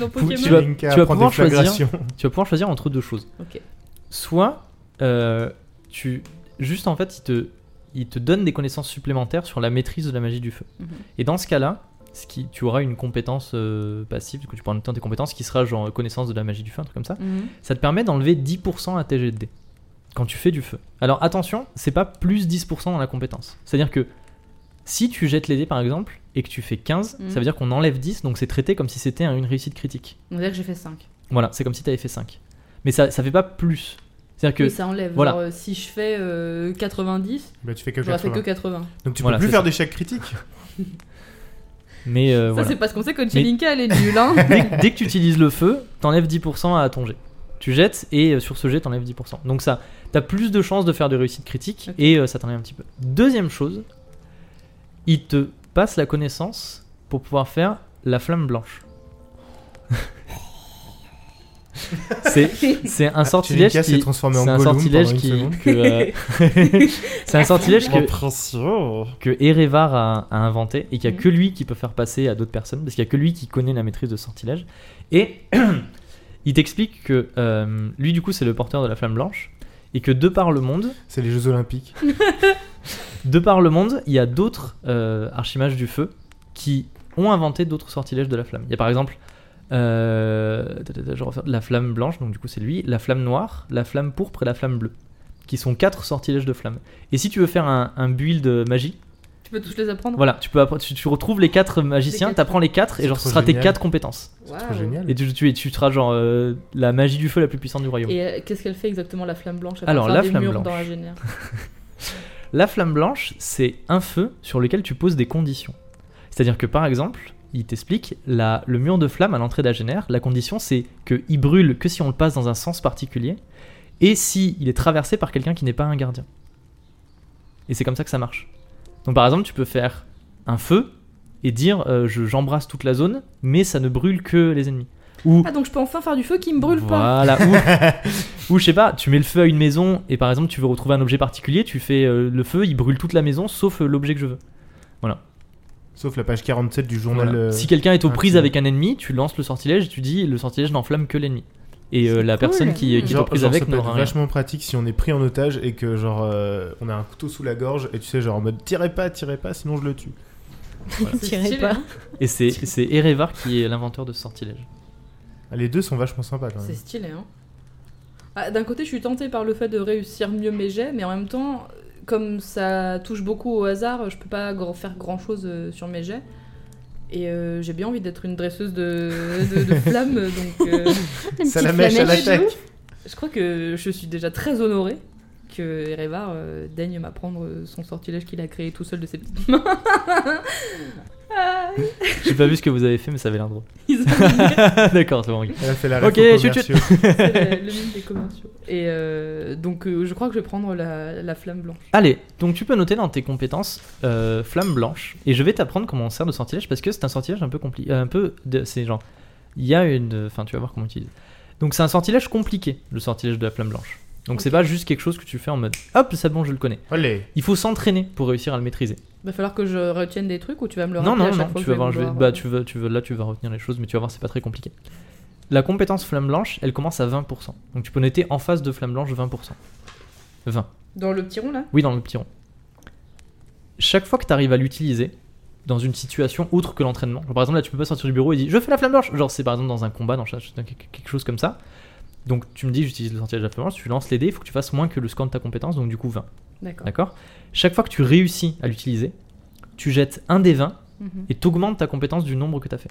Dans Tu Pokémon. vas- Linka tu vas prend des pouvoir choisir. flagrations. Tu vas pouvoir choisir entre deux choses. Ok. Soit euh, tu juste en fait il te il te donne des connaissances supplémentaires sur la maîtrise de la magie du feu. Mhm. Et dans ce cas-là, ce qui tu auras une compétence euh, passive, parce que tu prends en même temps tes compétences qui sera genre euh, connaissance de la magie du feu, un truc comme ça. Mhm. Ça te permet d'enlever 10% à tes jets de dés quand tu fais du feu. Alors attention, c'est pas plus 10% dans la compétence. C'est-à-dire que si tu jettes les dés par exemple et que tu fais 15, Mhm. ça veut dire qu'on enlève 10, donc c'est traité comme si c'était un- une réussite critique. On va dire que j'ai fait 5. Voilà, c'est comme si tu avais fait 5. Mais ça, ça fait pas plus. C'est-à-dire que. Que ça enlève. voilà. Genre, euh, si je fais euh, 90, Bah, tu fais que j'aurais fait 80. que 80. Donc tu Voilà, peux plus c'est faire ça. d'échecs critiques. Mais euh, Ça, voilà. c'est parce qu'on sait que Chelinka, elle est nulle. Hein. dès, dès que tu utilises le feu, t'enlèves 10% à ton jet. Tu jettes et euh, sur ce jet, t'enlèves 10%. Donc ça, t'as plus de chances de faire de réussites critiques Ok. et euh, ça t'enlève un petit peu. Deuxième chose, il te passe la connaissance pour pouvoir faire la flamme blanche. c'est, c'est Ah, un sortilège Linka s'est qui. transformé en C'est un Gollum sortilège pendant une qui. seconde. que, euh, c'est un sortilège que, que Erevar a, a inventé et qu'il n'y a Mhm. que lui qui peut faire passer à d'autres personnes, parce qu'il n'y a que lui qui connaît la maîtrise de ce sortilège. Et il t'explique que euh, lui, du coup, c'est le porteur de la flamme blanche et que de par le monde, C'est les Jeux Olympiques. de par le monde, il y a d'autres euh, archimages du feu qui ont inventé d'autres sortilèges de la flamme. Il y a par exemple euh, tata, tata, je refais- la flamme blanche, donc du coup c'est lui, la flamme noire, la flamme pourpre et la flamme bleue, qui sont quatre sortilèges de flamme. Et si tu veux faire un, un build euh, magie, Tu peux tous les apprendre voilà, tu peux appre- tu, tu retrouves les quatre magiciens, quatre. t'apprends les quatre et C'est genre ce trop sera tes génial. quatre compétences. Waouh. Trop génial. Et tu, tu, tu seras genre euh, la magie du feu la plus puissante du royaume. Et euh, qu'est-ce qu'elle fait exactement la flamme blanche Alors, part la des flamme murs blanche. dans la génière. La flamme blanche, c'est un feu sur lequel tu poses des conditions. C'est-à-dire que par exemple, il t'explique la- le mur de flamme à l'entrée d'Agener, la condition c'est qu'il brûle que si on le passe dans un sens particulier et si il est traversé par quelqu'un qui n'est pas un gardien. Et c'est comme ça que ça marche. Donc par exemple, tu peux faire un feu et dire euh, je- j'embrasse toute la zone, mais ça ne brûle que les ennemis. Ou Ah donc je peux enfin faire du feu qui me brûle pas. voilà, Ou, ou je sais pas, tu mets le feu à une maison et par exemple tu veux retrouver un objet particulier, tu fais euh, le feu, il brûle toute la maison sauf euh, l'objet que je veux. Sauf la page 47 du journal. Voilà. euh, Si quelqu'un est aux un prises petit- avec un ennemi, tu lances le sortilège et tu dis le sortilège n'enflamme que l'ennemi. Et euh, la personne qui, qui est Mmh. aux Genre, prises genre, ça avec peut n'aura être rien. vachement pratique si on est pris en otage et que genre euh, on a un couteau sous la gorge et tu sais genre en mode tirez pas, tirez pas sinon je le tue. C'est Tirez stylé, pas. hein. Et c'est c'est Erevar qui est l'inventeur de ce sortilège. Ah, Les deux sont vachement sympas quand C'est même. stylé, hein. Ah, D'un côté, je suis tentée par le fait de réussir mieux mes jets, mais en même temps, comme ça touche beaucoup au hasard, je peux pas grand- faire grand chose sur mes jets. Et euh, j'ai bien envie d'être une dresseuse de, de, de flammes, donc euh, Ça la mèche à flamèche de l'attaque. je crois que je suis déjà très honorée que Erevar euh, daigne m'apprendre son sortilège qu'il a créé tout seul de ses petites mains. Ah, J'ai pas vu ce que vous avez fait, mais ça avait l'air drôle. ils ont D'accord, c'est bon. ok. Elle a fait la Ok, ref aux chut, chut. commerciaux. C'est le, le mime des commerciaux. Et euh, donc, euh, je crois que je vais prendre la, la flamme blanche. Allez, donc tu peux noter dans tes compétences euh, flamme blanche et je vais t'apprendre comment on sert de sortilège parce que c'est un sortilège un peu compliqué, un peu de- c'est genre il y a une, enfin tu vas voir comment utiliser. Donc c'est un sortilège compliqué, le sortilège de la flamme blanche. Donc c'est pas juste quelque chose que tu fais en mode hop c'est bon je le connais. Allez. Il faut s'entraîner pour réussir à le maîtriser. Va falloir que je retienne des trucs ou tu vas me le non rappeler non à chaque non, fois tu que vas je voir, je vais- vouloir, bah euh, tu vas, tu vas là tu vas retenir les choses mais tu vas voir c'est pas très compliqué. La compétence flamme blanche elle commence à 20%. Donc tu peux noter en face de flamme blanche 20%. 20. Dans le petit rond là Oui, dans le petit rond. Chaque fois que tu arrives à l'utiliser, dans une situation autre que l'entraînement, genre, par exemple là tu peux pas sortir du bureau et dire je fais la flamme blanche, genre c'est par exemple dans un combat, dans cha- dans quelque quelque chose comme ça. Donc tu me dis j'utilise le sortilège de la flamme blanche, tu lances les dés, il faut que tu fasses moins que le score de ta compétence, donc du coup 20. D'accord. D'accord Chaque fois que tu réussis à l'utiliser, tu jettes un des 20 Mhm. et t'augmentes ta compétence du nombre que t'as fait.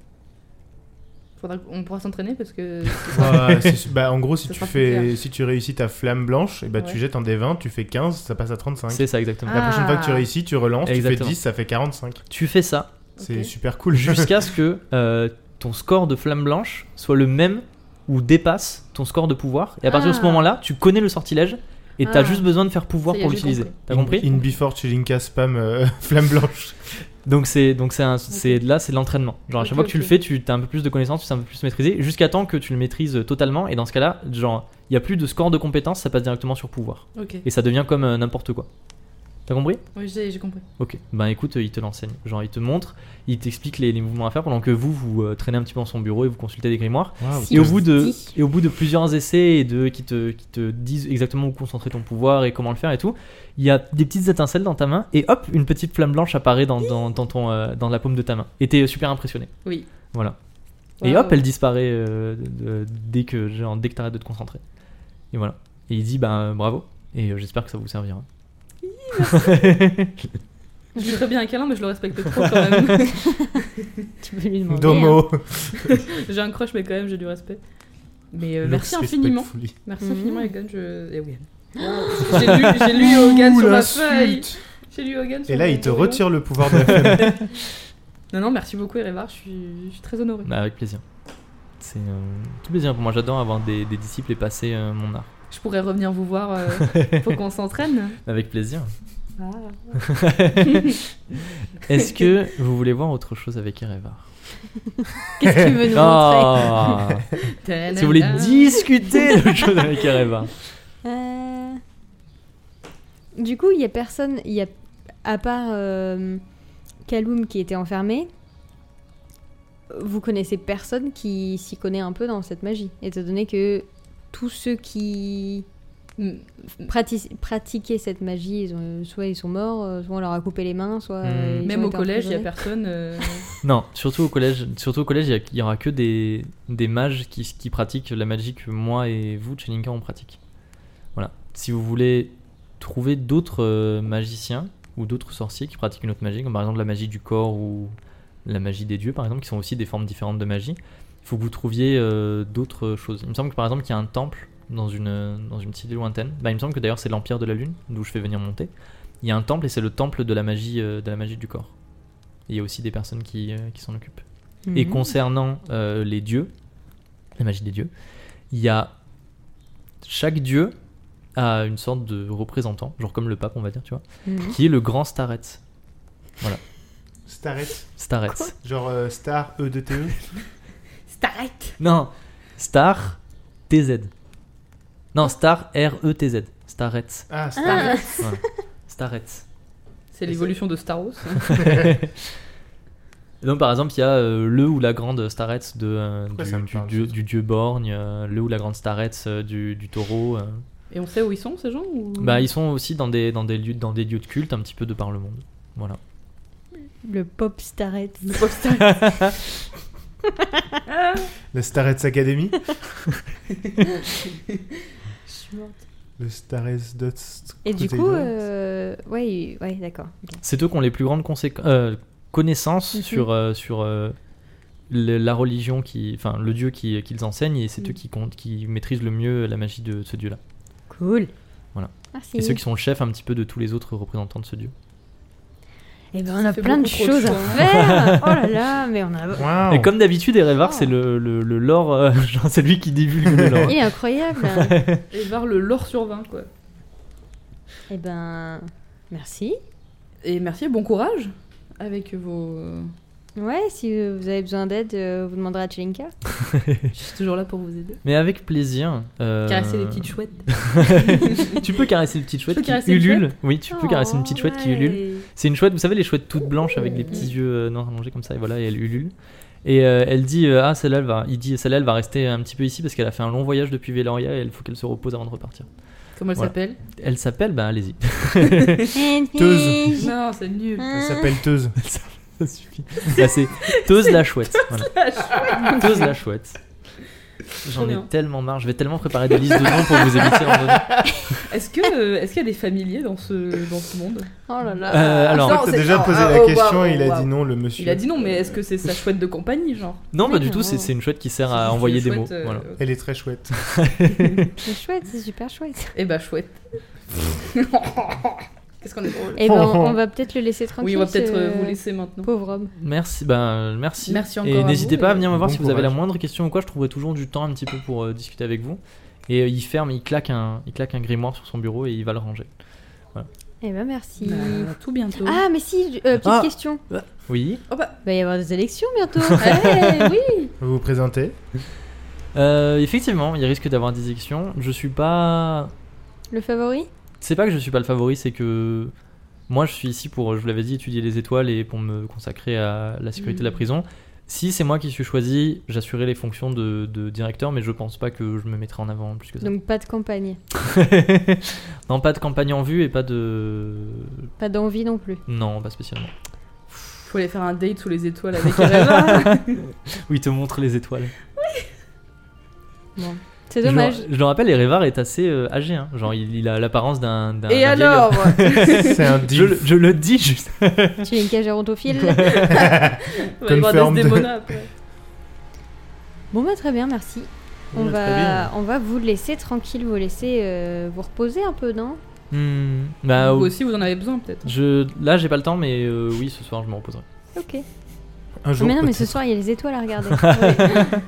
Faudra- On pourra s'entraîner parce que. Ouais, c'est- bah, en gros, si Ça tu, sera plus fais, clair. si tu réussis ta flamme blanche, et bah, Ouais. tu jettes un D20, tu fais 15, ça passe à 35. C'est ça exactement. La prochaine Ah. fois que tu réussis, tu relances, tu Exactement. fais 10, ça fait 45. Tu fais ça C'est Ok. super cool. jusqu'à ce que euh, ton score de flamme blanche soit le même ou dépasse ton score de pouvoir. Et à partir de ce Ah. moment-là, tu connais le sortilège et t'as Ah. juste besoin de faire pouvoir Ça y est, pour j'ai l'utiliser. compris. T'as compris In before Chilinka spam euh, flamme blanche. Donc c'est donc c'est un- c'est là c'est de l'entraînement. Genre à chaque Ok, fois que tu le ok. fais, tu as un peu plus de connaissances, tu sais un peu plus maîtriser jusqu'à temps que tu le maîtrises totalement. Et dans ce cas-là, genre il y a plus de score de compétences, ça passe directement sur pouvoir Ok. et ça devient comme euh, n'importe quoi. T'as compris Oui, j'ai j'ai compris. Ok. Ben écoute, euh, il te l'enseigne. Genre il te montre, il t'explique les, les mouvements à faire pendant que vous vous euh, traînez un petit peu dans son bureau et vous consultez des grimoires. Et au, bout de, et au bout de plusieurs essais et de, qui, te, qui te disent exactement où concentrer ton pouvoir et comment le faire et tout, il y a des petites étincelles dans ta main et hop, une petite flamme blanche apparaît dans, dans, dans ton, euh, dans la paume de ta main. Et t'es super impressionné. Oui. Voilà. Et Waouh. hop, elle disparaît euh, de- de- dès que, genre, dès que t'arrêtes de te concentrer. Et voilà. Et il dit, ben bravo. Et euh, j'espère que ça vous servira. Je lui ferais bien un câlin, mais je le respecte trop quand même. Tu peux lui demander. hein. Domo. j'ai un crush, mais quand même, j'ai du respect. Mais euh, merci infiniment. Respectfully. Merci Mhm. infiniment, Egan. Je... Eh oui. j'ai lu, j'ai lu Hogan Ouh, sur ma l'insulte. feuille. J'ai lu Hogan sur Et là, mon il te bureau. retire le pouvoir de la flamme. Non, non, merci beaucoup, Erevar. Je suis, je suis très honorée. Bah, avec plaisir. C'est euh, tout plaisir pour moi. J'adore avoir des, des disciples et passer euh, mon art. Je pourrais revenir vous voir. euh, faut qu'on s'entraîne. Avec plaisir. Ah. Est-ce que vous voulez voir autre chose avec Erevar Qu'est-ce qu'il veut nous montrer Ah Si vous voulez discuter de choses avec Erevar. Euh, Du coup, il y a personne, il y a à part euh, Kaloum qui était enfermé. Vous connaissez personne qui s'y connaît un peu dans cette magie, étant donné que tous ceux qui Mm. pratici- pratiquer cette magie, ils ont- soit ils sont morts, euh, soit on leur a coupé les mains, soit. euh, Mm. ils Même ont au été collège, il n'y a emprisonnés. personne. euh, Non, surtout au collège, surtout au collège, il y a- il y, aura que des, des mages qui, qui pratiquent la magie que moi et vous, Chelinka, on pratique. Voilà. Si vous voulez trouver d'autres euh, magiciens ou d'autres sorciers qui pratiquent une autre magie, comme par exemple la magie du corps ou la magie des dieux, par exemple, qui sont aussi des formes différentes de magie, il faut que vous trouviez euh, d'autres choses. Il me semble que par exemple, qu'il y a un temple dans une, euh, dans une cité lointaine. Bah, il me semble que d'ailleurs, c'est l'Empire de la Lune, d'où je fais venir monter. Il y a un temple et c'est le temple de la magie, euh, de la magie du corps. Et il y a aussi des personnes qui, euh, qui s'en occupent. Et Mm. Mhm. concernant euh, les dieux, la magie des dieux, il y a chaque dieu a une sorte de représentant, genre comme le pape, on va dire, tu vois, Mhm. qui est le grand Staret. Starrett, Staret. Quoi genre euh, Star E de TE. Starrête Non, Star TZ. Non, Star R E T Z. Staret. Ah, Star. Staret. C'est l'évolution de Star Wars. hein. Donc par exemple, il y a euh, le ou la grande Staret de euh, Pourquoi du, ça me du parle, dieu, ça du dieu borgne, euh, le ou la grande Staret euh, du, du taureau. euh. Et on sait où ils sont, ces gens ou... Bah, ils sont aussi dans des, dans, des lieux, dans des lieux de culte un petit peu de par le monde. Voilà. Le pop starret. Le pauvre Starrett. Le Starrett Academy. Je suis morte. Le Starrett Dots. Et du coup, euh, ouais, il- ouais, d'accord. ok. C'est eux qui ont les plus grandes conséqu- euh, connaissances Mhm. sur, euh, sur euh, le- la religion, qui, enfin le dieu qui- qu'ils enseignent, et c'est Mhm. eux qui, comptent, qui maîtrisent le mieux la magie de ce dieu-là. Cool. Voilà. Merci. Et ceux qui sont chefs un petit peu de tous les autres représentants de ce dieu. Eh ben, on Ça a fait plein de beaucoup trop de choses à choix. faire. oh là là, mais on a. Wow. Et comme d'habitude, Erevar, Oh. c'est le, le, le lore, euh, genre, c'est lui qui divulgue le lore. Il est incroyable. Et voir le lore sur 20, quoi. eh ben, merci. Et merci et bon courage avec vos. Ouais, si euh, vous avez besoin d'aide, euh, vous demanderez à Chelinka. Je suis toujours là pour vous aider. Mais avec plaisir. euh, Caresser les petites chouettes. tu peux caresser les petites chouettes peux qui caresser une ululent. Oui, tu peux caresser une Oh, petite chouette qui ulule. C'est une chouette, vous savez, les chouettes toutes blanches avec les petits yeux euh, noirs allongés comme ça, et voilà, et elle ulule. Et euh, elle dit euh, Ah, celle-là, elle va, il dit, celle-là, elle va rester un petit peu ici parce qu'elle a fait un long voyage depuis Veloria et il faut qu'elle se repose avant de repartir. Comment elle Voilà. s'appelle Elle s'appelle, bah allez-y. Teuse. Non, c'est nul. Elle Hein s'appelle Teuse. Ça suffit. Là, c'est Teuse la chouette. Voilà. Teuse la chouette. J'en Trop ai Ah. bien. tellement marre, je vais tellement préparer des listes de noms pour vous éviter l'envie. Est-ce que euh, est-ce qu'il y a des familiers dans ce dans ce monde Oh là là. Euh, alors, Non, T'as c'est- déjà ah, posé ah, la oh, question waouh, et il a waouh. dit non, le monsieur. Il a dit non, mais est-ce que c'est sa chouette de compagnie, genre non, pas Mais du tout, non. c'est c'est une chouette qui sert C'est à juste envoyer une des mots. chouette, euh, Voilà. ok. Elle est très chouette. C'est chouette, c'est super chouette. Eh bah chouette. Qu'est-ce qu'on est drôle. Eh ben, on va peut-être le laisser Oui, tranquille. on va ce peut-être euh, vous laisser maintenant. Pauvre homme. Merci, ben, merci. Merci encore Et à n'hésitez vous, pas à et venir me voir bon si vous avez la courage. moindre question ou quoi, je trouverai toujours du temps un petit peu pour euh, discuter avec vous. Et euh, il ferme, il claque, un, il claque un grimoire sur son bureau et il va le ranger. Eh ben, merci. Bah, à tout bientôt. Ah, mais si, euh, petite Ah. question. Oui. Oh bah, Il va y avoir des élections bientôt. eh, oui. Vous vous présentez. Euh, effectivement, il risque d'avoir des élections. Je suis pas. Le favori C'est pas que je suis pas le favori, c'est que. Moi, je suis ici pour, je vous l'avais dit, étudier les étoiles et pour me consacrer à la sécurité de la Mhm. prison. Si c'est moi qui suis choisi, j'assurerai les fonctions de, de directeur, mais je pense pas que je me mettrai en avant plus que ça. Donc, pas de campagne. non, pas de campagne en vue et pas de. Pas d'envie non plus. Non, pas spécialement. Faut aller faire un date sous les étoiles avec Ah, Eva. Où il te montre les étoiles. Bon. C'est dommage. Je, le- je le rappelle, Erevar est assez euh, âgé. hein. Genre, il, il a l'apparence d'un. d'un- Et d'un vieil homme. alors C'est un je, le- deal. je le dis juste. Tu es une cage gérontophile. On va aller voir Confirmed. Desdemona après. bon, bah, très bien, merci. bah, On, Ouais, très bien. va, on va vous laisser tranquille, vous laisser euh, vous reposer un peu, non Hmm, bah, vous oh, aussi, vous en avez besoin peut-être. je, là, j'ai pas le temps, mais euh, oui, ce soir, je me reposerai. Ok. Un jour. mais non, mais ce peut-être. soir, il y a les étoiles à regarder. Ouais.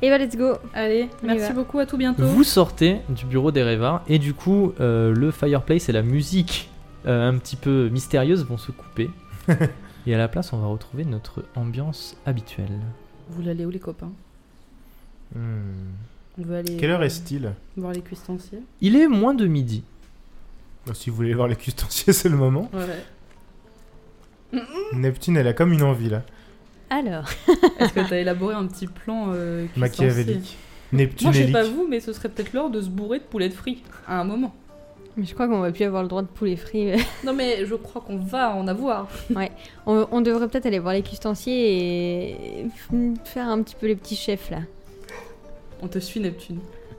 Et bah, let's go. Allez, On y merci va. beaucoup, à tout bientôt. Vous sortez du bureau d'Erevar et du coup, euh, le fireplace et la musique euh, un petit peu mystérieuse vont se couper. et à la place, on va retrouver notre ambiance habituelle. Vous voulez aller où les copains Hmm. On veut aller Quelle heure euh, est-il Voir les cuistanciers. Il est moins de midi. Bah, Si vous voulez voir les custanciers, c'est le moment. Ouais. Neptune, elle a comme une envie là. Alors, Est-ce que t'as élaboré un petit plan euh, cuistancier Machiavélique. Neptune Moi, je sais hélique. pas vous, mais ce serait peut-être l'heure de se bourrer de poulet de frites à un moment. Mais je crois qu'on va plus avoir le droit de poulet frit. Non, mais je crois qu'on va en avoir. on, on devrait peut-être aller voir les custanciers et f- faire un petit peu les petits chefs là. On te suit, Neptune.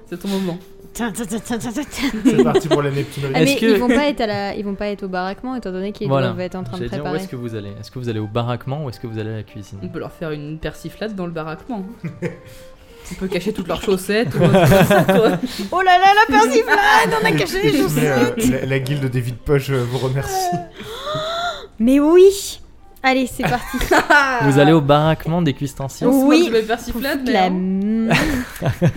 C'est ton moment. C'est parti pour la Neptune. Ah, mais Est-ce que- ils vont pas être à la, ils vont pas être au baraquement étant donné qu'ils Voilà. doivent être en train de J'allais dire, où préparer. est-ce que vous allez Est-ce que vous allez au baraquement ou est-ce que vous allez à la cuisine On peut leur faire une persiflate dans le baraquement. On peut cacher toutes leurs chaussettes ou autre chose, ça, quoi. Oh là là, la persiflade, on a caché les Mais, chaussettes. euh, la, la guilde des vides poches euh, vous remercie. Mais oui. Allez, c'est parti. Ah. Vous allez au baraquement des cuistanciers On se moque Oui. de mes persiflades, mais La hein. m-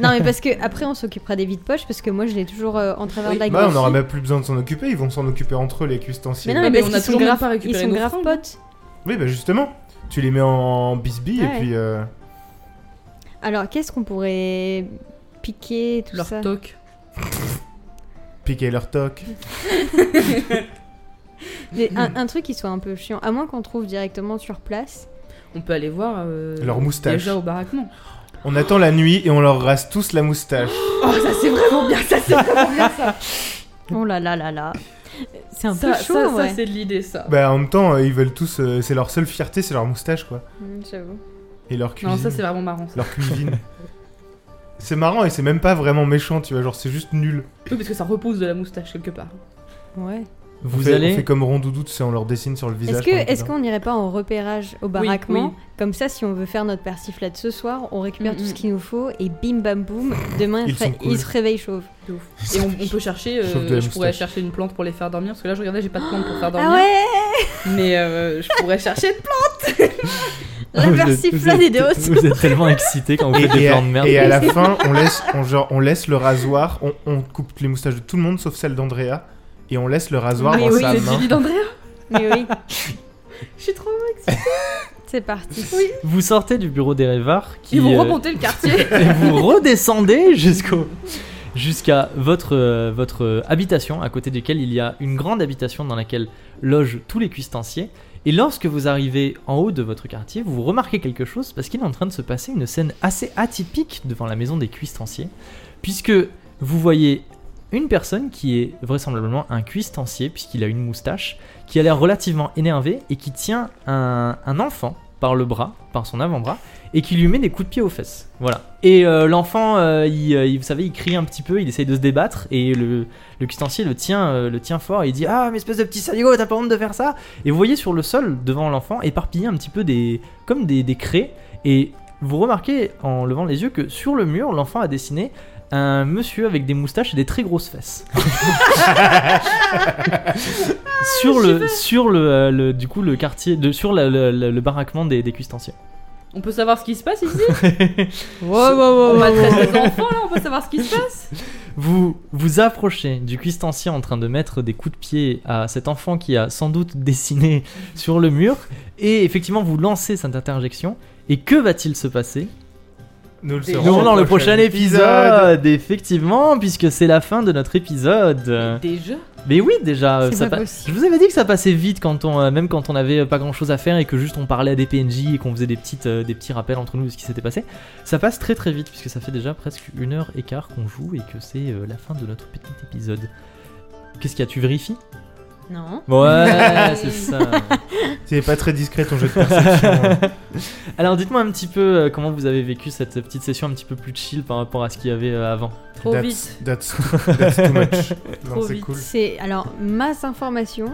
non mais parce que après on s'occupera des vides poches parce que moi je l'ai toujours euh, en travers Oui. de la Bah, on gorge. n'aura même plus besoin de s'en occuper, ils vont s'en occuper entre eux, les Mais custanciers. non mais, Ouais, mais parce on a qu'ils sont toujours même grave, pas ils récupéré sont nos grave fringues. potes. Oui, bah justement, tu les mets en bisbille Ouais. et puis. euh, Alors qu'est-ce qu'on pourrait piquer tout leur ça toque. piquer leur toc. Des- un, un truc qui soit un peu chiant, à moins qu'on trouve directement sur place. On peut aller voir. euh, Leur moustache. Déjà au baraquement. On attend la nuit et on leur rase tous la moustache. Oh, ça c'est vraiment bien, ça c'est vraiment bien ça. Oh là là là là. C'est un Ça, peu chaud ça, en ça, vrai. c'est de l'idée, ça. Bah en même temps, euh, ils veulent tous. euh, c'est leur seule fierté, c'est leur moustache quoi. Mm, J'avoue. Et leur Non, cuisine. ça c'est vraiment marrant. ça. Leur cuisine. c'est marrant et c'est même pas vraiment méchant, tu vois, genre c'est juste nul. Oui, parce que ça repousse de la moustache quelque part. Ouais. On Vous fait, allez On fait comme Rondoudou, tu sais, on leur dessine sur le visage. Est-ce que pendant qu'ils est-ce qu'on n'irait pas en repérage au baraquement oui. Comme ça, si on veut faire notre persiflade ce soir, on récupère Mm, tout ce mm. qu'il nous faut et bim bam boum, demain Ils ils, se- sont cool. ils se réveillent chauve. De ouf. Et on, on peut chercher. euh, Sauf de la je pourrais moustache. chercher une plante pour les faire dormir. Parce que là, je regardais, j'ai pas de plante pour faire dormir. Ah ouais Mais euh, je pourrais chercher une plante. La Oh, Vous êtes- persiflade vous est de êtes- retour. Vous êtes tellement excité quand vous dorment. faites Et, des et à, plans de merde. et à la fin, on laisse, on, genre, on laisse le rasoir, on, on coupe les moustaches de tout le monde sauf celle d'Andrea, et on laisse le rasoir Mais dans oui, sa c'est main. Julie d'Andrea. Mais oui, Je suis trop c'est parti. Vous sortez du bureau des rêvards qui Ils vont euh, remonter le quartier. et vous redescendez jusqu'au jusqu'à votre euh, votre euh, habitation à côté duquel il y a une grande habitation dans laquelle logent tous les cuistanciers. Et lorsque vous arrivez en haut de votre quartier, vous remarquez quelque chose parce qu'il est en train de se passer une scène assez atypique devant la maison des cuistanciers, puisque vous voyez une personne qui est vraisemblablement un cuistancier puisqu'il a une moustache, qui a l'air relativement énervé et qui tient un, un enfant par le bras, par son avant-bras, et qui lui met des coups de pied aux fesses. Voilà. Et euh, l'enfant, euh, il, euh, il- vous savez, il crie un petit peu, il essaye de se débattre, et le, le cuistancier le tient, euh, le tient fort, et il dit Ah, mais espèce de petit saligo, t'as pas honte de faire ça Et vous voyez sur le sol, devant l'enfant, éparpillé un petit peu des. comme des, des craies, et vous remarquez en levant les yeux que sur le mur, l'enfant a dessiné un monsieur avec des moustaches et des très grosses fesses. sur le, sur le, euh, le- du coup, le quartier, de, sur la- la- la- le baraquement des, des cuistanciers. On peut savoir ce qui se passe ici Wow, wow, wow, On wow, maltraite wow. les enfants là, on peut savoir ce qui se passe Vous vous approchez du cuistancier en train de mettre des coups de pied à cet enfant qui a sans doute dessiné sur le mur, et effectivement vous lancez cette interjection. Et que va-t-il se passer Nous le Et saurons Nous au dans le prochain épisode, effectivement, puisque c'est la fin de notre Euh, épisode. Déjà Mais oui, déjà, euh, C'est ça pas pa- possible. je vous avais dit que ça passait vite quand on, euh, même quand on avait euh, pas grand chose à faire et que juste on parlait à des PNJ et qu'on faisait des petites, euh, des petits rappels entre nous de ce qui s'était passé. Ça passe très très vite puisque ça fait déjà presque une heure et quart qu'on joue et que c'est euh, la fin de notre petit épisode. Qu'est-ce qu'il y a Tu vérifies Non. Ouais, c'est ça. C'est pas très discret ton jeu de perception. hein. Alors dites-moi un petit peu euh, comment vous avez vécu cette petite session un petit peu plus chill par rapport à ce qu'il y avait euh, avant. Trop That's- vite That's, that's too much. Non, Trop c'est vite. cool. C'est alors masse information,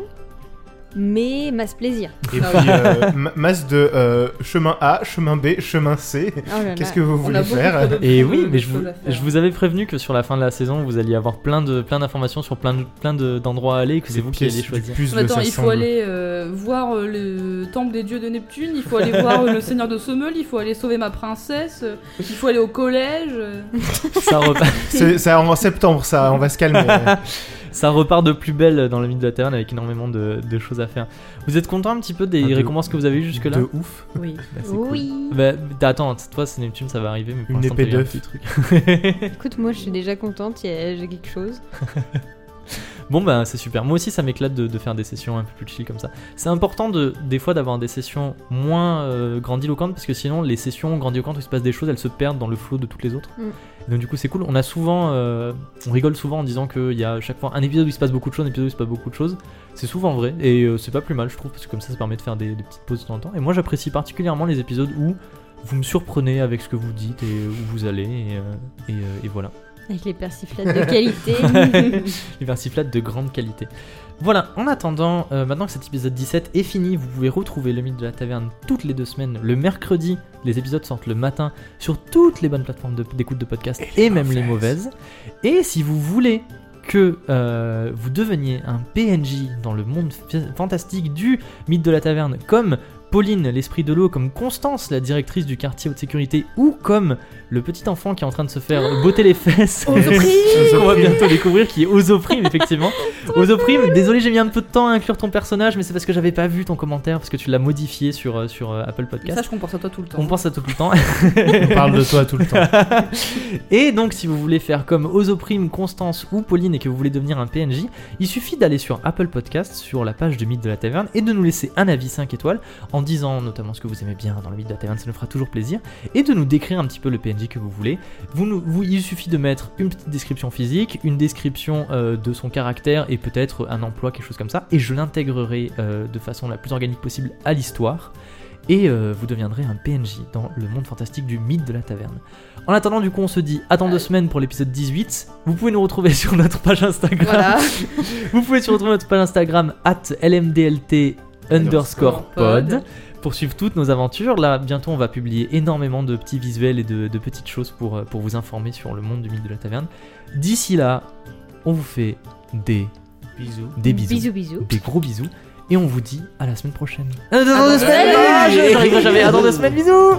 mais masse plaisir. Et Ah puis, euh, ma- masse de euh, chemin A, chemin B, chemin C. Oh là là. Qu'est-ce que vous Eh ben, On voulez a beaucoup faire euh, trop de- Et trop oui, de mais je choses vous, à faire. je vous avais prévenu que sur la fin de la saison, vous alliez avoir plein de plein d'informations sur plein de, plein de- d'endroits à aller et que c'est vous qui Pièce allez du choisir. puzzle, Attends, ça il faut semble. aller euh, voir euh, le temple des dieux de Neptune, il faut aller voir euh, le seigneur de Sommel, il faut aller sauver ma princesse, euh, il faut aller au collège. euh. Ça repart, C'est ça, en septembre, ça, on va se calmer. ça repart de plus belle dans le mythe de la taverne avec énormément de, de choses à faire. Vous êtes content un petit peu des Ah, de- récompenses que vous avez eues jusque-là De ouf. Oui. Bah, c'est cool. Oui. Bah, t'as- attends, toi c'est Neptune, ça va arriver, mais pour Une l'instant, épée t'as eu un d'œuf. Bah. petit truc. Écoute, moi je suis déjà contente, y a- j'ai quelque chose. Bon ben c'est super. Moi aussi ça m'éclate de, de faire des sessions un peu plus chill comme ça. C'est important de des fois d'avoir des sessions moins euh, grandiloquentes parce que sinon les sessions grandiloquentes où il se passe des choses elles se perdent dans le flot de toutes les autres. Donc du coup c'est cool. On a souvent, euh, on rigole souvent en disant qu'il y a à chaque fois un épisode où il se passe beaucoup de choses, un épisode où il se passe beaucoup de choses. C'est souvent vrai et euh, c'est pas plus mal je trouve parce que comme ça ça permet de faire des, des petites pauses de temps en temps. Et moi j'apprécie particulièrement les épisodes où vous me surprenez avec ce que vous dites et où vous allez et, euh, et, euh, et voilà. Avec les persiflades de qualité. Les persiflades de grande qualité. Voilà, en attendant, euh, maintenant que cet épisode 17 est fini, vous pouvez retrouver le mythe de la taverne toutes les deux semaines. Le mercredi, les épisodes sortent le matin sur toutes les bonnes plateformes de- d'écoute de, podcast Et et, les même les mauvaises. mauvaises. Et si vous voulez que euh, vous deveniez un PNJ dans le monde fi- fantastique du mythe de la taverne, comme Pauline, l'esprit de l'eau, comme Constance, la directrice du quartier haute sécurité, ou comme le petit enfant qui est en train de se faire botter les fesses. Ozoprime. On va bientôt découvrir qui est Ozoprime, effectivement. Ozoprime, désolé, j'ai mis un peu de temps à inclure ton personnage, mais c'est parce que j'avais pas vu ton commentaire, parce que tu l'as modifié sur, euh, sur euh, Apple Podcast. Ça, je compense à toi tout le temps. On pense à toi tout le temps. On parle de toi tout le temps. et donc, si vous voulez faire comme Ozoprime, Constance ou Pauline et que vous voulez devenir un PNJ, il suffit d'aller sur Apple Podcast, sur la page du mythe de la taverne, et de nous laisser un avis 5 étoiles, en disant notamment ce que vous aimez bien dans le mythe de la taverne, ça nous fera toujours plaisir, et de nous décrire un petit peu le PNJ que vous voulez. Vous, nous- vous- il suffit de mettre une petite description physique, une description euh, de son caractère, et peut-être un emploi, quelque chose comme ça, et je l'intégrerai euh, de façon la plus organique possible à l'histoire. Et euh, vous deviendrez un PNJ dans le monde fantastique du mythe de la taverne. En attendant, du coup, on se dit à dans deux semaines pour l'épisode 18. Vous pouvez nous retrouver sur notre page Instagram. Voilà. Vous pouvez sur retrouver notre page Instagram at lmdlt underscore pod pour suivre toutes nos aventures. Là, bientôt, on va publier énormément de petits visuels et de, de petites choses pour, euh, pour vous informer sur le monde du mythe de la taverne. D'ici là, on vous fait des, Bisous. des bisous, Bisous, bisous. des gros bisous, et on vous dit à la semaine prochaine. dans deux semaines. Ah, je- je rigole jamais. À dans deux semaines, bisous